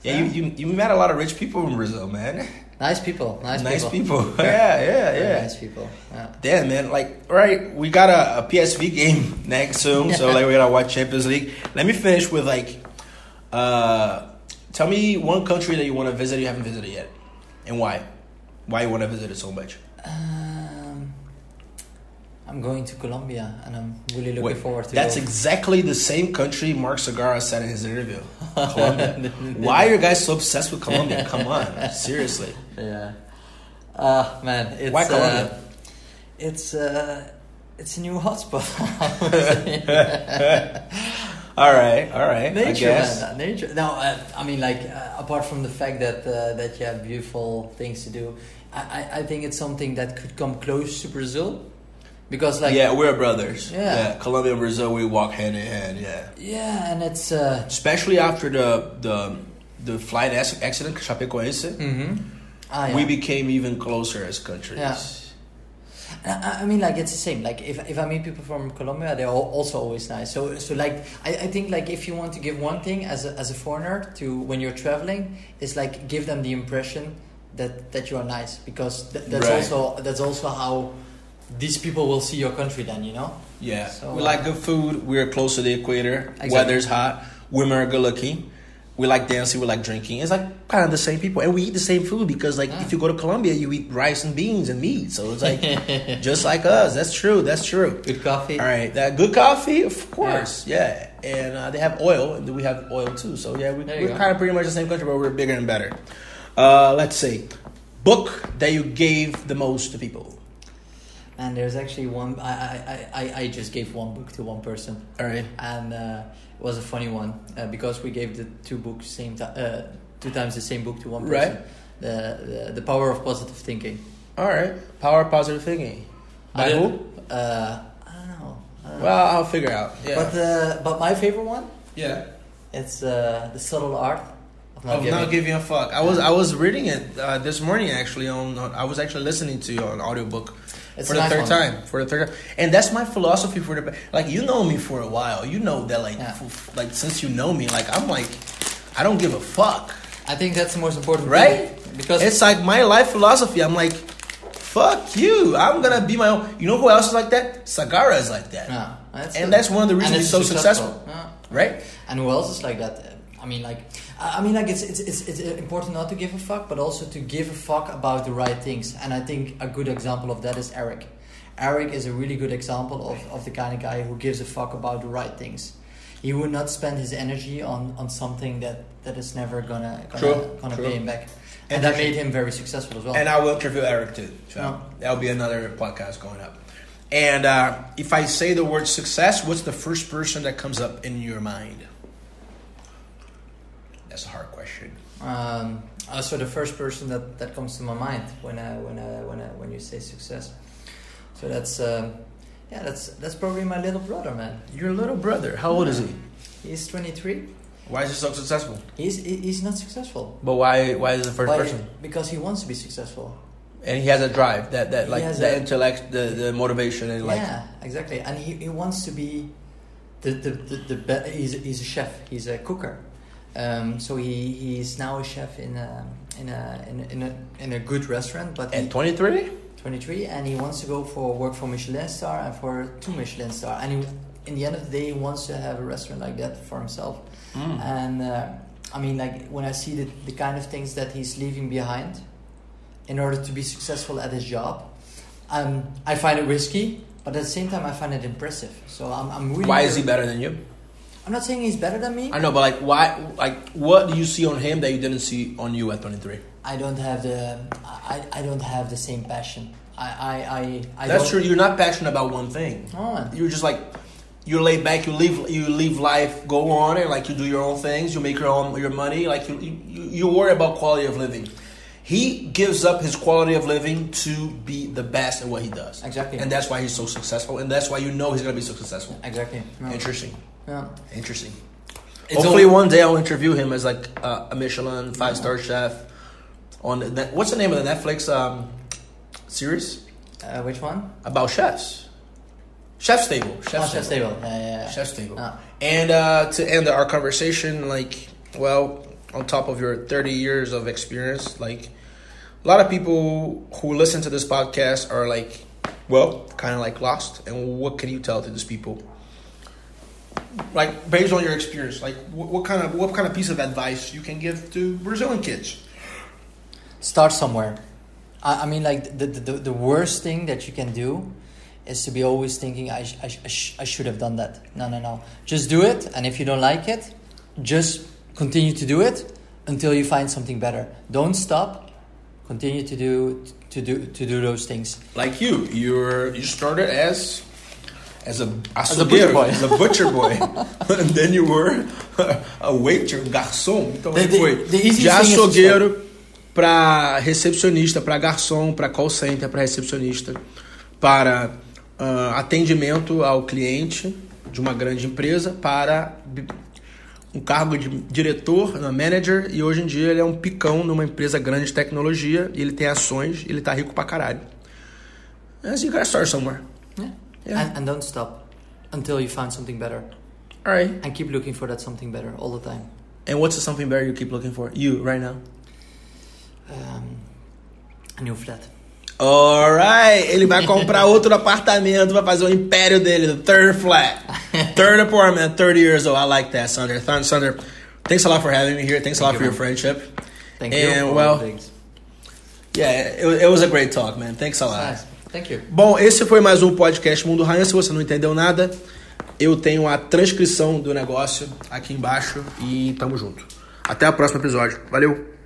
S1: Yeah, You, you you met a lot of rich people in Brazil, man.
S2: nice people, nice,
S1: nice
S2: people,
S1: people. yeah, yeah,
S2: Very
S1: yeah.
S2: nice people. Yeah.
S1: Damn, man. Like, right, we got a, a PSV game next soon, so like we're gonna watch Champions League. Let me finish with like, uh, tell me one country that you want to visit you haven't visited yet, and why, why you want to visit it so much.
S2: Um, I'm going to Colombia, and I'm really looking
S1: Wait,
S2: forward to.
S1: That's
S2: go.
S1: exactly the same country Mark Segarra said in his interview. Colombia. Why are you guys so obsessed with Colombia? Come on, seriously.
S2: Yeah. Ah man, it's
S1: Why Colombia?
S2: Uh, it's uh, it's a new hotspot.
S1: All right, all right. I
S2: nature,
S1: guess.
S2: man, nature. No, uh, I mean, like uh, apart from the fact that uh, that you have beautiful things to do, I, I, I think it's something that could come close to Brazil, because like
S1: yeah, we're brothers.
S2: Yeah.
S1: Colombia and Brazil, we walk hand in hand. Yeah,
S2: yeah, and it's uh,
S1: especially after the the the flight ac- accident, Chapecoense,
S2: ah, yeah.
S1: Mm-hmm. we became even closer as countries.
S2: Yeah. I, I- I mean, like it's the same. Like if if I meet people from Colombia, they're al- also always nice. So so like I, I think like if you want to give one thing as a, as a foreigner to when you're traveling is like give them the impression that that you are nice because th- that's
S1: Right.
S2: also that's also how these people will see your country. Then you know.
S1: Yeah,
S2: So,
S1: we
S2: uh,
S1: like good food. We're close to the equator.
S2: Exactly.
S1: Weather's hot. Women are good looking. We like dancing. We like drinking. It's like kind of the same people, and we eat the same food because, like,
S2: Ah.
S1: if you go to Colombia, you eat rice and beans and meat. So it's like just like us. That's true. That's true.
S2: Good coffee.
S1: All right, that good coffee, of course. Yeah, and uh, they have oil, and we have oil too. So yeah, we,
S2: There you
S1: we're
S2: go.
S1: kind of pretty much the same country, but we're bigger and better. Uh, let's see, book that you gave the most to people.
S2: And there's actually one. I I, I, I- I just gave one book to one person.
S1: All right.
S2: and uh, it was a funny one uh, because we gave the two books same ti uh, two times the same book to one person.
S1: Right.
S2: The, the the power of positive thinking.
S1: All right, power of positive thinking.
S2: I
S1: By
S2: don't-
S1: who?
S2: Uh, I don't know. Uh,
S1: Well, I'll figure out. Yeah.
S2: But uh, but my favorite one,
S1: yeah.
S2: it's uh, the subtle art of not
S1: Of
S2: giving.
S1: not giving a fuck. I was I was reading it uh, this morning actually on, on I was actually listening to an audiobook
S2: It's
S1: for
S2: a
S1: the
S2: nice
S1: third
S2: one.
S1: time for the third time. And that's my philosophy for the like you know me for a while. You know that like
S2: Yeah.
S1: f- f- like since you know me like I'm like I don't give a fuck.
S2: I think that's the most important,
S1: Right?
S2: Thing because
S1: It's like my life philosophy. I'm like fuck you. I'm going to be my own. You know who else is like that? Sagara is like that.
S2: Yeah, Ah, that's
S1: and
S2: it.
S1: that's one of the reasons
S2: And
S1: he's
S2: it's Ah.
S1: so successful.
S2: Yeah.
S1: Right?
S2: And who else is like that? I mean, like, I I mean, like, it's it's it's, it's important not to give a fuck, but also to give a fuck about the right things. And I think a good example of that is Eric. Eric is a really good example of, of the kind of guy who gives a fuck about the right things. He would not spend his energy on, on something that, that is never gonna gonna,
S1: True,
S2: gonna
S1: true.
S2: pay him back.
S1: And
S2: And, that
S1: actually-
S2: made him very successful as well.
S1: And I will interview Eric too. So
S2: Yeah.
S1: that'll be another podcast going up. And uh, if I say the word success, what's the first person that comes up in your mind? That's a hard question.
S2: Um, also, the first person that, that comes to my mind when I, when I, when I, when you say success. So that's um, yeah, that's that's probably my little brother, man.
S1: Your little brother, how old is he?
S2: He's 23.
S1: Why is he so successful?
S2: He's he- he's not successful.
S1: But why? Why is the first
S2: Why?
S1: person?
S2: Because he wants to be successful.
S1: And he has a drive that that
S2: He
S1: like
S2: has
S1: the
S2: a-
S1: intellect, the the motivation, and like
S2: yeah, exactly. And he, he wants to be the the the, the be- he's he's a chef. He's a cooker. Um, so he, he's now a chef in a in a in a, in a, in a good restaurant, but he-
S1: and twenty three.
S2: 23 and he wants to go for work for Michelin star and for two Michelin star and he, in the end of the day he wants to have a restaurant like that for himself
S1: Mm-hmm.
S2: and uh, I mean like when I see the, the kind of things that he's leaving behind in order to be successful at his job um, I find it risky But at the same time, I find it impressive. So I'm, I'm really.
S1: Why is he better than you?
S2: I'm not saying he's better than me.
S1: I know, but like, why? Like, what do you see on him that you didn't see on you at 23?
S2: I don't have the I, I I don't have the same passion. I I I, I
S1: That's
S2: don't-
S1: true. You're not passionate about one thing.
S2: Oh.
S1: You're just like you're laid back. You live. You live life. Go on and like you do your own things. You make your own your money. Like you you, you worry about quality of living. He gives up his quality of living to be the best at what he does.
S2: Exactly.
S1: And that's why he's so successful. And that's why you know he's gonna be so successful.
S2: Exactly. No.
S1: Interesting.
S2: Yeah.
S1: Interesting.
S2: It's
S1: Hopefully,
S2: all-
S1: one day I'll interview him as like uh, a Michelin five star chef. On the, net- what's the name of the Netflix um, series
S2: Uh, which one?
S1: about chefs? Chef's Table.
S2: Oh,
S1: Chef's
S2: Chef's
S1: Table.
S2: Table. Yeah, yeah, yeah.
S1: Chef's Table.
S2: Ah.
S1: And uh, to end our conversation, like, well, on top of your thirty years of experience, like, a lot of people who listen to this podcast are like, well, kind of like lost. And what can you tell to these people? like based on your experience, like what, what kind of what kind of piece of advice you can give to Brazilian kids?
S2: Start somewhere. I, I mean, like the, the the worst thing that you can do is to be always thinking I sh- I, sh- I, sh- I should have done that. No, no, no. Just do it, and if you don't like it, just continue to do it until you find something better. Don't stop. Continue to do to do to do those things.
S1: Like you, you're you started as as a as
S2: a butcher boy.
S1: as a butcher boy, and then you were a waiter, garçom. Então
S2: The-
S1: ele
S2: the-
S1: foi
S2: the easiest
S1: de
S2: thing is to
S1: açougueiro para recepcionista, para garçom, para call center, para recepcionista, para ah, atendimento ao cliente de uma grande empresa, para bi- um cargo de diretor, não, manager, e hoje em dia ele é um picão numa empresa grande de tecnologia, e ele tem ações, e ele tá rico pra caralho. É assim As you gotta start somewhere.
S2: Yeah.
S1: Yeah.
S2: And, and don't stop until you find something better.
S1: Alright.
S2: And keep looking for that something better all the time.
S1: And what's the something better you keep looking for? You, right now.
S2: Um, a new flat.
S1: Alright, ele vai comprar outro apartamento, vai fazer o império dele, the third flat. Third apartment, 30 years old. I like that, Sunder. Thun- Sunder, thanks a lot for having me here. Thanks a lot
S2: Thank
S1: for
S2: you,
S1: your friendship.
S2: Thank
S1: And,
S2: you. for all
S1: well,
S2: the things.
S1: Yeah, it, wa- it was a great talk, man. Thanks a lot.
S2: Nice. Thank you.
S1: Bom, esse foi mais um podcast Mundo Ryan. Se você não entendeu nada, eu tenho a transcrição do negócio aqui embaixo e tamo junto. Até o próximo episódio. Valeu!